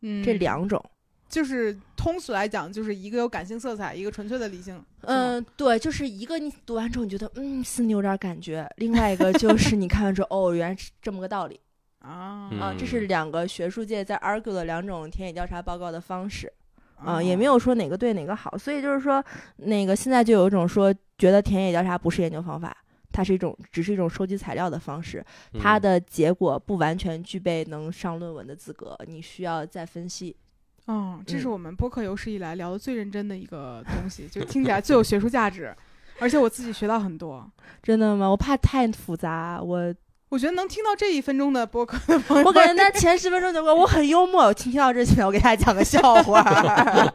嗯，
这两种。
就是通俗来讲，就是一个有感性色彩，一个纯粹的理性。是吗，
嗯，对，就是一个你读完之后你觉得嗯心里有点感觉，另外一个就是 你看完之后哦原来是这么个道理
啊
嗯
啊，这是两个学术界在 argue 的两种田野调查报告的方式。啊、
哦
也没有说哪个对哪个好，所以就是说，那个现在就有一种说，觉得田野调查不是研究方法，它是一种只是一种收集材料的方式，
嗯
它的结果不完全具备能上论文的资格，你需要再分析。
哦，这是
嗯
我们播客有史以来聊的最认真的一个东西，就听起来最有学术价值，而且我自己学到很多。
真的吗？我怕太复杂，我
我觉得能听到这一分钟的播客的朋友，
我感觉那前十分钟就过，我很幽默，我听到这期我给大家讲个笑话儿。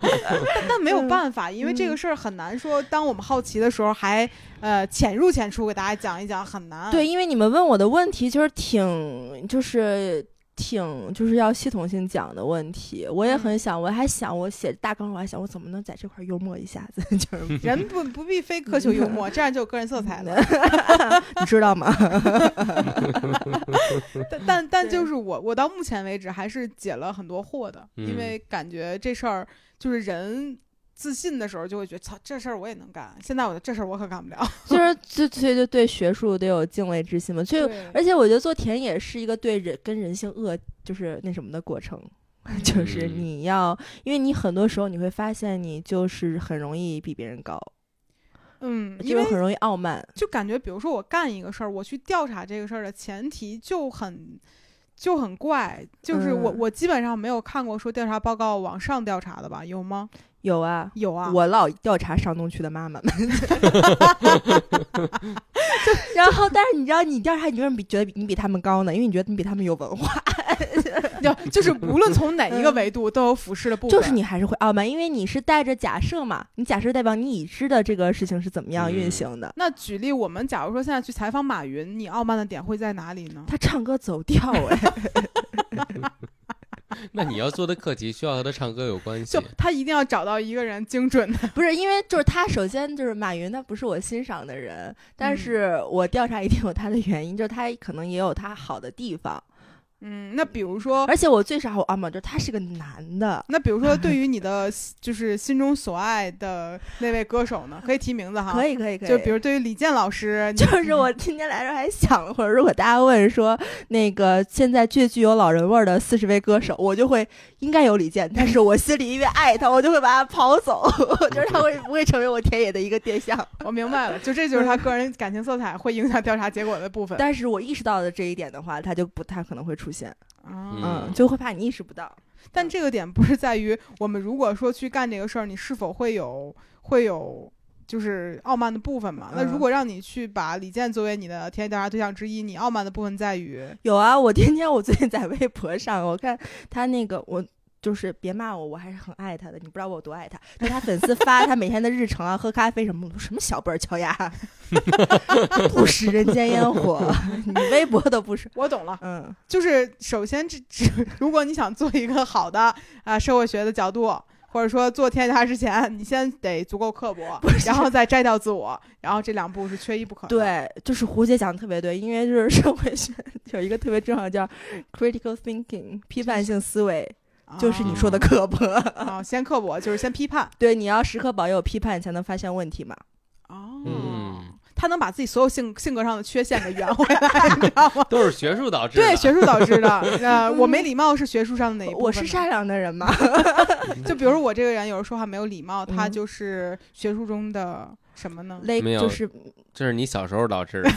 但没有办法，因为这个事儿很难说。当我们好奇的时候还，呃浅入浅出给大家讲一讲，很难。
对，，因为你们问我的问题就是挺就是。挺就是要系统性讲的问题，我也很想，我还想我写大纲，我还想我怎么能在这块儿幽默一下子， 就是
人不不必非苛求幽默，这样就有个人色彩了。
你知道吗？
但但但
对
就是我，我到目前为止还是解了很多惑的，
嗯
因为感觉这事儿就是人。自信的时候就会觉得，操，这事儿我也能干。现在我的这事儿我可干不了。
就是就对对对学术得有敬畏之心嘛，就
对
而且我觉得做田野是一个对人跟人性恶就是那什么的过程， 就是
嗯
你要，因为你很多时候你会发现你就是很容易比别人高，
嗯，因
就
为
是很容易傲慢，
就感觉，比如说我干一个事儿，我去调查这个事儿的前提就很就很怪，就是我、
嗯
我基本上没有看过说调查报告往上调查的吧？有吗？
有啊。
有啊，
我老调查上东区的妈妈 们，然后但是你知道，你调查你为什么比觉得比你比他们高呢？因为你觉得你比他们有文化，
就就是无论从哪一个维度都有俯视的部
嗯
分，
就是你还是会傲慢，因为你是带着假设嘛，你假设代表你已知的这个事情是怎么样运
嗯
行的。
那举例，我们假如说现在去采访马云，你傲慢的点会在哪里呢？
他唱歌走 调哎，
嗯那你要做的课题需要和他唱歌有关系
就。他一定要找到一个人精准的，
不是因为就是他，首先就是马云，他不是我欣赏的人，但是我调查一定有他的原因，就是他可能也有他好的地方，
嗯，那比如说，
而且我最傻我啊嘛，就是他是个男的，
那比如说对于你的就是心中所爱的那位歌手呢，可以提名字哈，
可以可以可以，
就比如对于李健 老师，你嗯
就是我今天来这儿还想了会儿，如果大家问说那个现在最具有老人味儿的四十位歌手，我就会应该有李健，但是我心里因为爱他，我就会把他刨走， 我觉得他会不会成为我田野的一个对象？
我明白了，就这就是他个人感情色彩会影响调查结果的部分。
但是我意识到了这一点的话，他就不太可能会出现，
啊，
嗯，就会怕你意识不到。
但这个点不是在于我们如果说去干这个事儿，你是否会有会有就是傲慢的部分嘛？那如
嗯
果让你去把李健作为你的田野调查对象之一，你傲慢的部分在于，
有啊，我天天我最近在微博上，我看他那个我。就是别骂我，我还是很爱他的。你不知道我有多爱他。就他粉丝发他每天的日程啊，喝咖啡什么的，我说什么小本儿敲牙， 不食人间烟火，你微博都不是。
我懂了，
嗯，
就是首先这 这，如果你想做一个好的啊、社会学的角度，或者说做天下之前，你先得足够刻薄
不，是
然后再摘掉自我，然后这两步是缺一不可的。，
对，就是胡姐讲的特别对，因为就是 社会学有一个特别重要的叫 critical thinking，批判性思维，就是你
哦
说的刻薄。
啊，先刻薄就是先批判。
对，你要时刻保有批判，才能发现问题嘛。
哦，
嗯
他能把自己所有性性格上的缺陷给圆回来， 你知道吗？
都是学术导致的。
对，学术导致的。 呃，我没礼貌是学术上的哪一部
嗯
分呢？
我是善良的人 嘛。
就比如说我这个人有时候说话没有礼貌，他
嗯
就是学术中的什么呢？
累
没有
就是
这是你小时候导 致的。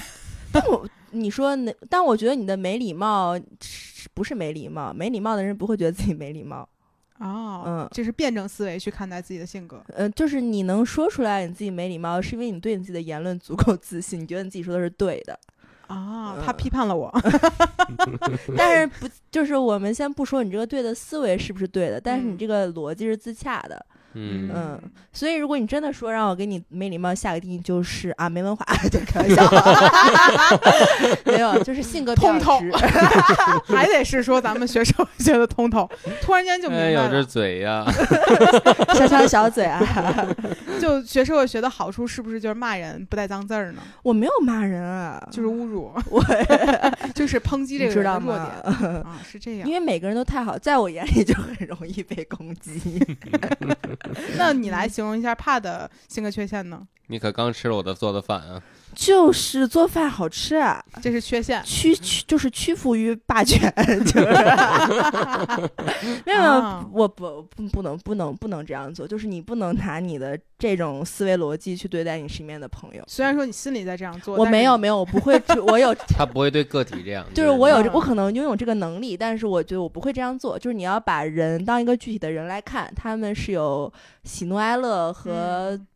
但我你说那，但我觉得你的没礼貌是不是没礼貌？没礼貌的人不会觉得自己没礼貌，
哦，
嗯
这是辩证思维去看待自己的性格。
呃，就是你能说出来你自己没礼貌，是因为你对你自己的言论足够自信，你觉得你自己说的是对的。
啊，
嗯
他批判了我。
但是
嗯
不就是我们先不说你这个对的思维是不是对的，但是你这个逻辑是自洽的。
嗯
嗯所以如果你真的说让我给你没礼貌下个定义，就是啊没文化， 对，开玩笑啊， 没有，就是性格比较
通透
直
还得是说咱们学社会学的通透， 突然间就明
哎
白
呦，
了。
这嘴呀，
小小小嘴 啊，
就学社会学的好处是不是就是骂人不带脏字儿呢？
我没有骂人啊，
就是侮辱，
我
就是抨击这
你
个
知
人
道
的弱
吗呃
点？啊，是这样
因。为每个人都太好，在我眼里就很容易被攻击。
那你来形容一下怕的性格缺陷呢？
你可刚吃了我的做的饭啊！
就是做饭好吃啊，
这是缺陷。
屈屈就是屈服于霸权， 就是。没有，没
啊
有，我不不不能不能不能这样做，就是你不能拿你的这种思维逻辑去对待你身边的朋友。
虽然说你心里在这样做，
我
但是
没有没有，我不会， 我有
他不会对个体这样，
就是我有这，
嗯
我可能拥有这个能力，但是我觉得我不会这样做。就是你要把人当一个具体的人来看，他们是有喜怒哀乐和
嗯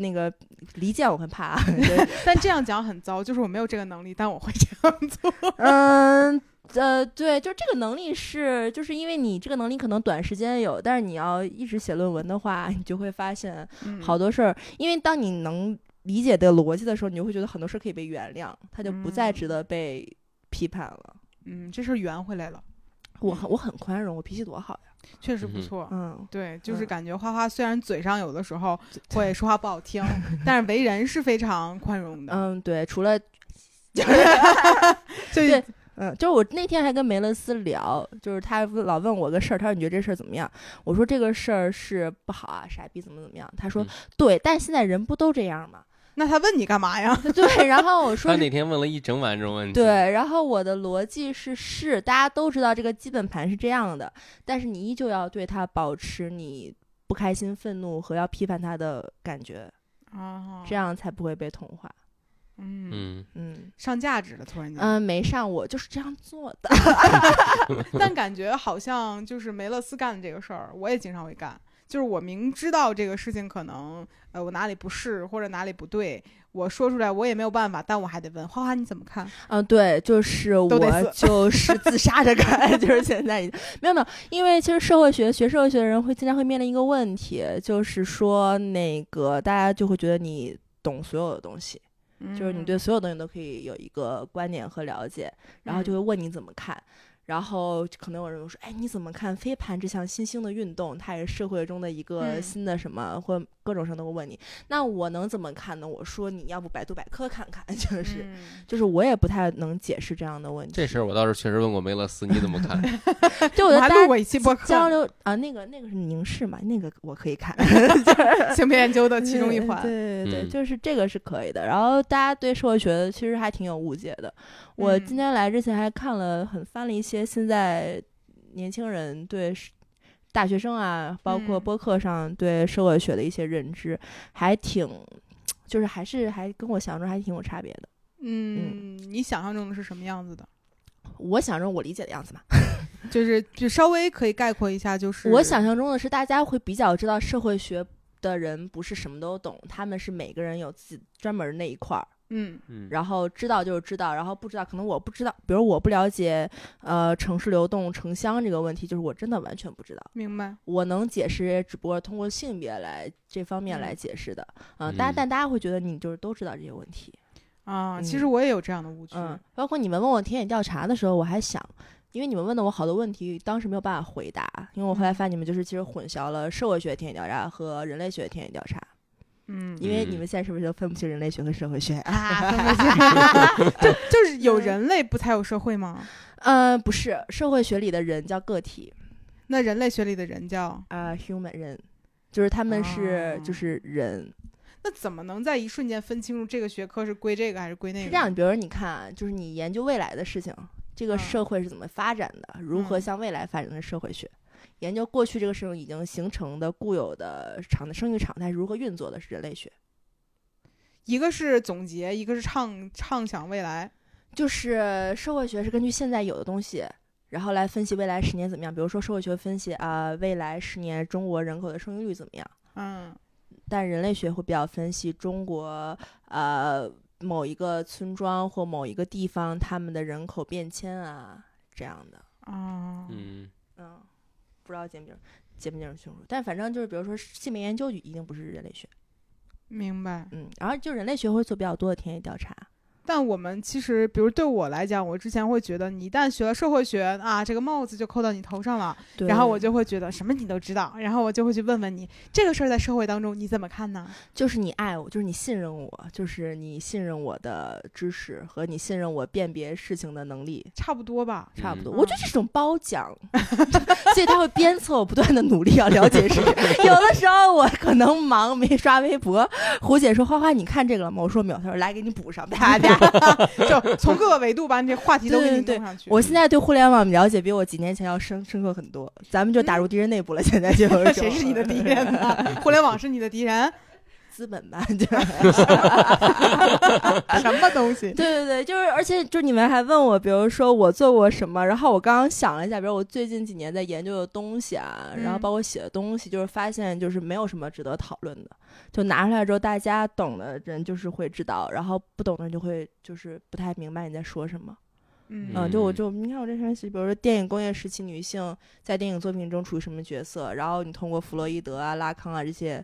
那个离间，我很怕。啊 对
但这样讲很糟，就是我没有这个能力，但我会这样做。
嗯。呃，对，就这个能力是，就是因为你这个能力可能短时间有，但是你要一直写论文的话，你就会发现
嗯
好多事儿。因为当你能理解的逻辑的时候，你就会觉得很多事儿可以被原谅，它就不再值
嗯
得被批判了。
嗯，这事儿圆回来了，
我很我很宽容，我脾气多好呀。
确实不
嗯哼
错。
嗯，
对，就是
嗯
感觉花花虽然嘴上有的时候会说话不 好听，但是为人是非常宽容 的。
嗯，对，除 了，
就
对嗯，就是我那天还跟梅勒斯聊，就是他问老问我个事儿，他说你觉得这事儿怎么样？我说这个事儿是不好啊，傻逼怎么怎么样？他说、
嗯
对，但现在人不都这样吗？
那他问你干嘛呀？
对，然后我
他
说
那天问了一整晚这种问题，
对，，然后我的逻辑是是，大家都知道这个基本盘是这样的，但是你依旧要对他保持你不开心、愤怒和要批判他的感觉，
啊，
这，样才不会被同化。
嗯，
嗯，
嗯
上价值了，突然间。
嗯，没上我就是这样做的。
但感觉好像就是梅勒斯干的这个事儿，我也经常会干。就是我明知道这个事情可能，呃，我哪里不是或者哪里不对，我说出来我也没有办法，但我还得问花花你怎么看？
嗯，对，就是
都得
我
死
就是自杀的感觉， 就是现在已经没有没有，因为其实社会学学社会学的人会经常会面临一个问题，就是说那个大家就会觉得你懂所有的东西，嗯就是
嗯
你对所有东西都可以有一个观点和了解，然
嗯
后就会问你怎么看。然后可能有人会说，哎，你怎么看飞盘这项新兴的运动？它也是社会中的一个
嗯
新的什么，或各种上都会问你。那我能怎么看呢？我说你要不百度百科看 看，就是。
嗯
就是我也不太能解释这样的问题。
这事儿我倒是确实问过梅勒斯，你怎么 看？
就我
我
觉得大
还录
家
过一期播客
交
呢，
流啊，那个那个是凝视嘛，那个我可以 看
性别研 究的其中一环。
对对对，
嗯
就是这个是可以的。然后大家对社会学其实还挺有误解的。我
嗯
今天来之前还看了很翻了一些现在年轻人对是。大学生啊，包括
嗯
播客上对社会学的一些认知，还挺，就是还是还跟我想象中还挺有差别的。
嗯，你想象中的是什么样子的？
我想象中我理解的样子嘛，
就是就稍微可以概括一下，就是
我想象中的是，大家会比较知道社会学的人不是什么都懂，他们是每个人有自己专门那一块儿，
嗯
嗯，
然后知道就是知道，然后不知道可能我不知道，比如我不了解，呃，城市流动、城乡这个问题，就是我真的完全不知道。
明白。
我能解释，只不过通过性别来这方面来解释的，嗯，大家
嗯
但大家会觉得你就是都知道这些问题，
啊，
嗯
其实我也有这样的误区。
嗯，包括你们问我田野调查的时候，我还想，因为你们问的我好多问题，当时没有办法回答，因为我后来发现你们就是其实混淆了社会学田野调查和人类学田野调查，
嗯，
因为你
嗯
们现在是不是都分不清人类学和社会学？
啊，分不清就就是有人类不才有社会吗？
嗯、不是，社会学里的人叫个体，
那人类学里的人叫，
啊 h u m a n 人，就是他们是、就
哦
是人，
那怎么能在一瞬间分清楚这个学科是归这个还是归那个？
是这样，比如说你看啊，就是你研究未来的事情，这个
嗯
社会是怎么发展的，如何
嗯
向未来发展的社会学。研究过去这个事情已经形成的固有的场的生育常态是如何运作的，是人类学。
一个是总结，一个是畅畅想未来。
就是社会学是根据现在有的东西，然后来分析未来十年怎么样。比如说社会学分析啊、未来十年中国人口的生育率怎么样。
嗯
但人类学会比较分析中国呃某一个村庄或某一个地方他们的人口变迁啊这样的。
啊，
嗯，
嗯，不知道解不解。界不界定清楚，但反正就是比如说性别研究一定不是人类学，
明白。
嗯，然后就人类学会做比较多的田野调查，
但我们其实，比如对我来讲，我之前会觉得，你一旦学了社会学啊，这个帽子就扣到你头上了，
对
然后我就会觉得什么你都知道，然后我就会去问问你这个事儿在社会当中你怎么看呢？
就是你爱我，就是你信任我，就是你信任我的知识和你信任我辨别事情的能力。
差不多吧。
差不多，
嗯
我觉得这是种褒奖， 所以他会鞭策我不断的努力要了解事情。有的时候我可能忙没刷微博，胡姐说：“花花，你看这个了吗？”我说：“没有。”她说：“来，给你补上，啪啪。”
就从各个维度把你这话题都给你
对对对
弄上去。
我现在对互联网了解比我几年前要深深刻很多。咱们就打入敌人内部了，现在就
谁是你的敌人 呢、互联网是你的敌人？
资本吧？就
什么东西？
啊对对对，就是而且就是你们还问我，比如说我做过什么，然后我刚刚想了一下，比如我最近几年在研究的东西啊，
嗯
然后包括写的东西，就是发现就是没有什么值得讨论的，就拿出来之后，大家懂的人就是会知道，然后不懂的人就会就是不太明白你在说什么。
嗯
嗯，就我就你看我这篇是，比如说电影工业时期女性在电影作品中处于什么角色，然后你通过弗洛伊德啊、拉康啊这些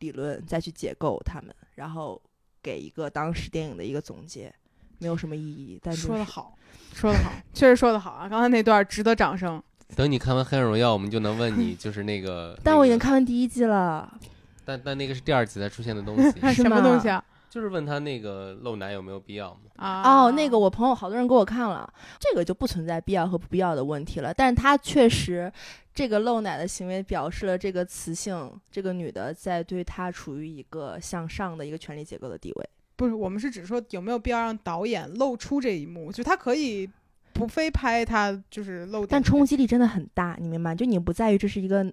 理论再去解构他们，然后给一个当时电影的一个总结，没有什么意义。但就是
说的，好，说的好， 确实说的好啊！刚才那段值得掌声。
嗯等你看完《黑暗荣耀》，我们就 能问你，就是那个，
但我已经
那个，
看完第一季了，
但但那个是第二集才出现的东西，
是
什么
吗
东西啊？
就是问他那个露奶有没有必要嘛？
啊
哦，那个我朋友好多人给我看了，这个就不存在必要和不必要的问题了。但是他确实，这个露奶的行为表示了这个雌性这个女的在对她处于一个向上的一个权力结构的地位。
不是，我们是指说有没有必要让导演露出这一幕？就他可以不非拍他就是露点，
但冲击力真的很大，你明白吗？就你不在于这是一个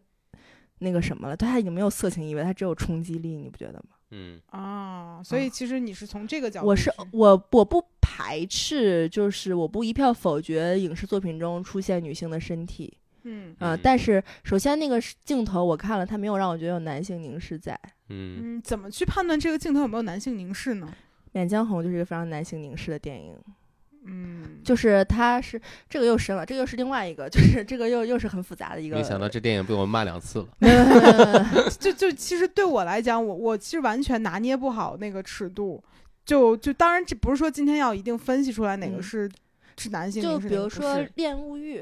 那个什么了，对它已经没有色情意味，它只有冲击力，你不觉得吗？
嗯，
啊，所以其实你是从这个角度去，
我是哦我我不排斥，就是我不一票否决影视作品中出现女性的身体，
嗯
呃
嗯
但是首先那个是镜头我看了，它没有让我觉得有男性凝视在。
嗯，
嗯，怎么去判断这个镜头有没有男性凝视呢？
《满江红》就是一个非常男性凝视的电影，
嗯，
就是它是这个又深了，这个又是另外一个，就是这个又又是很复嗯杂的一个。
没想到这电影被我骂两次了。
没有，没有没有没有没有
就就其实对我来讲，我我其实完全拿捏不好那个尺度。就就当然，这不是说今天要一定分析出来哪个
嗯
是、是男性
就
凝视，
比
哪
如
个不
说
是
《恋物欲》，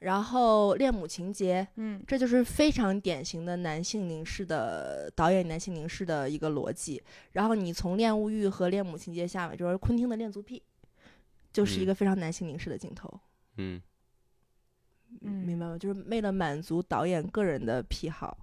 然后《恋母情节》，
嗯
这就是非常典型的男性凝视的导演男性凝视的一个逻辑。然后你从《恋物欲》和《恋母情节》下面，就是昆汀的《恋足癖》，就是一
嗯
个非常男性凝视的镜头，
嗯，
嗯
明白吗？就是为了满足导演个人的癖好。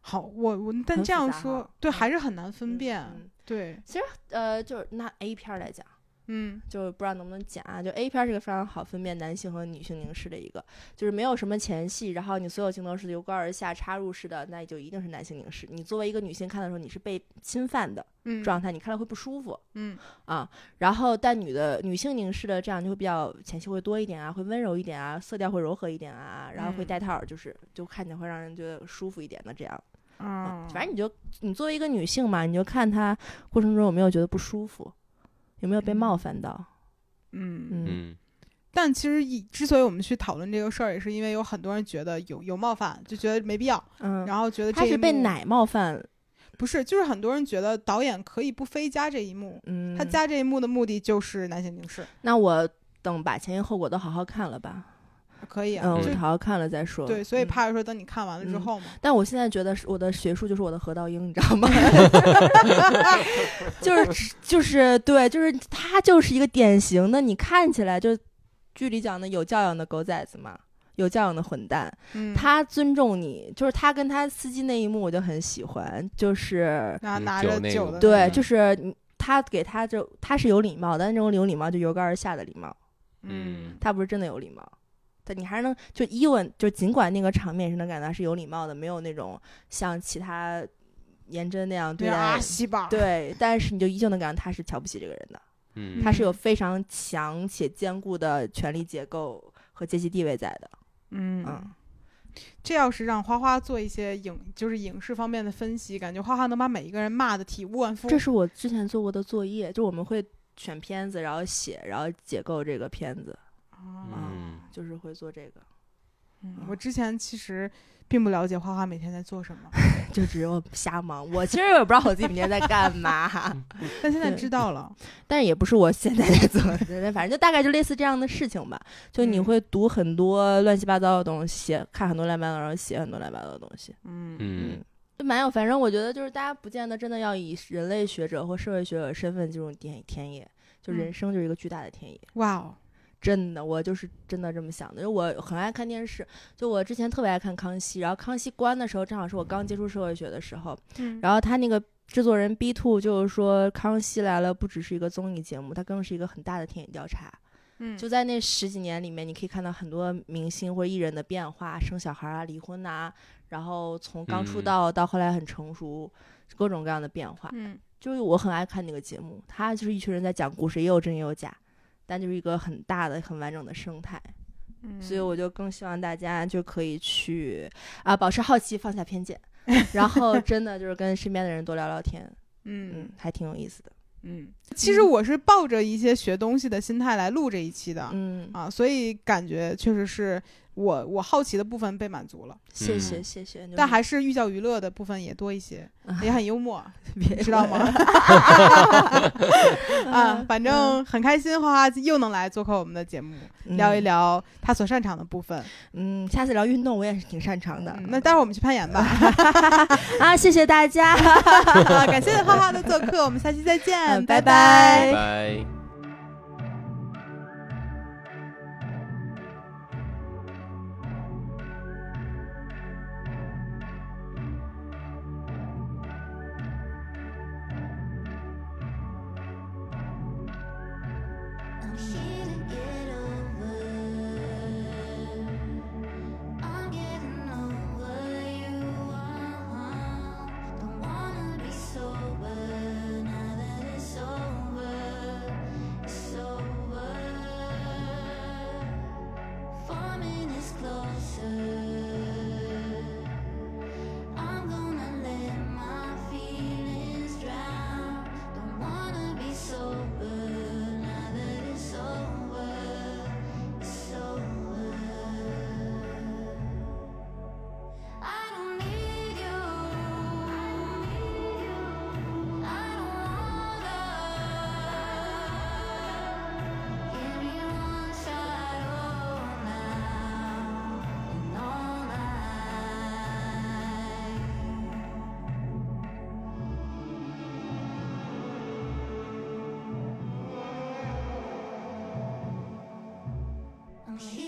好，我我但
很
这
复
样
杂
说
哈，
对，
嗯
还是很难分辨。
嗯
对，
呃，就是拿 A 片儿来讲。
嗯
就是不知道能不能讲啊，就 A 片儿是个非常好分辨男性和女性凝视的一个，就是没有什么前戏，然后你所有镜头是由高而下插入式的，那就一定是男性凝视。你作为一个女性看的时候，你是被侵犯的
嗯，
状态，你看了会不舒服
嗯
啊。然后但女的女性凝视的这样就会比较前戏会多一点啊，会温柔一点啊，色调会柔和一点啊，然后会
嗯
带套儿，就是就看起来会让人觉得舒服一点的这样。
啊，
反正你就你作为一个女性嘛，你就看她过程中有没有觉得不舒服，有没有被冒犯到，
嗯，
嗯
嗯，
但其实以之所以我们去讨论这个事儿，也是因为有很多人觉得有有冒犯，就觉得没必要，
嗯。
然后觉得
他
这一
是被
幕
奶冒犯，
不是，就是很多人觉得导演可以不非加这一幕，
嗯，
他加这一幕的目的就是男性凝视，
那我等把前因后果都好好看了吧，
可以啊，
嗯，我
就
对
好好看了再说。
对，所以
嗯
怕是说等你看完了之
嗯
后嘛，
但我现在觉得是我的学术就是我的何道英，你知道吗？ 就是就是对，就是他就是一个典型的，你看起来就剧里讲的有教养的狗崽子嘛。有教养的混蛋，
嗯，
他尊重你，就是他跟他司机那一幕我就很喜欢，就是
拿
嗯
拿
酒
着
那
酒
个
的
对，
那
就
个
是你他给他就他是有礼貌的，但那种有礼貌就由高而下的礼貌，
嗯
他不是真的有礼貌，但你还是能就伊文，就尽管那个场面是能感到他是有礼貌的，没有那种像其他颜真那样对
对
待、
啊，西吧，
对，但是你就依旧能感到他是瞧不起这个人的，
嗯
他是有非常强且坚固的权力结构和阶级地位在的，
嗯
嗯。
这要是让花花做一些影，就是影视方面的分析，感觉花花能把每一个人骂的体无完肤。
这是我之前做过的作业，就我们会选片子，然后写，然后解构这个片子，
啊
嗯
嗯，
就是会做这个。
嗯我之前其实并不了解花花每天在做什么，
就只有瞎忙。我其实也不知道我自己每天在干嘛，
但现在
对
知道了。
但也不是我现在在做的， 对反正就大概就类似这样的事情吧。就你
嗯
会读很多乱七八糟的东西，写看很多乱七八糟的东西，写很多乱七八糟的东西。
嗯
嗯
嗯，就蛮有，反正我觉得就是大家不见得真的要以人类学者或社会学者身份进入田田野，就人
嗯
生就是一个巨大的田野。
哇哦，
真的，我就是真的这么想的。就我很爱看电视，就我之前特别爱看《康熙》，然后《康熙》关的时候，正好是我刚接触社会学的时候。
嗯
然后他那个制作人 B Two 就是说，《康熙来了》不只是一个综艺节目，它更是一个很大的田野调查。
嗯
就在那十几年里面，你可以看到很多明星或者艺人的变化，生小孩啊、离婚呐、然后从刚出
嗯
道到后来很成熟，各种各样的变化。
嗯
就是我很爱看那个节目，它就是一群人在讲故事，也有真也有假，但就是一个很大的、很完整的生态。
嗯，
所以我就更希望大家就可以去啊，保持好奇，放下偏见， 然后真的就是跟身边的人多聊聊天，嗯
嗯，
还挺有意思的。
嗯，其实我是抱着一些学东西的心态来录这一期的
嗯，
啊，所以感觉确实是我我好奇的部分被满足了，
谢
嗯
谢谢谢，就是
但还是寓教于乐的部分也多一 些，也很幽默，
别
你知道吗？
嗯
啊，反正很开心，花花又能来做客我们的节目，聊一。
嗯
聊他所擅长的部分。
嗯，下次聊运动我也是挺擅长的。
嗯那待会儿我们去攀岩吧。
啊，谢谢大家，
感谢花花的做客，我们下期再见，
嗯拜
拜拜
拜
拜。
I'm here to get over. I'm getting over you. uh-huh. Don't wanna be sober now that it's over. It's over. Four minutes closer. I'm gonna let my feelings drown. Don't wanna be sober now that it's over. It's over. I don't need you. I don't want love. Give me one shot, oh now and all night. I'm here oh, oh,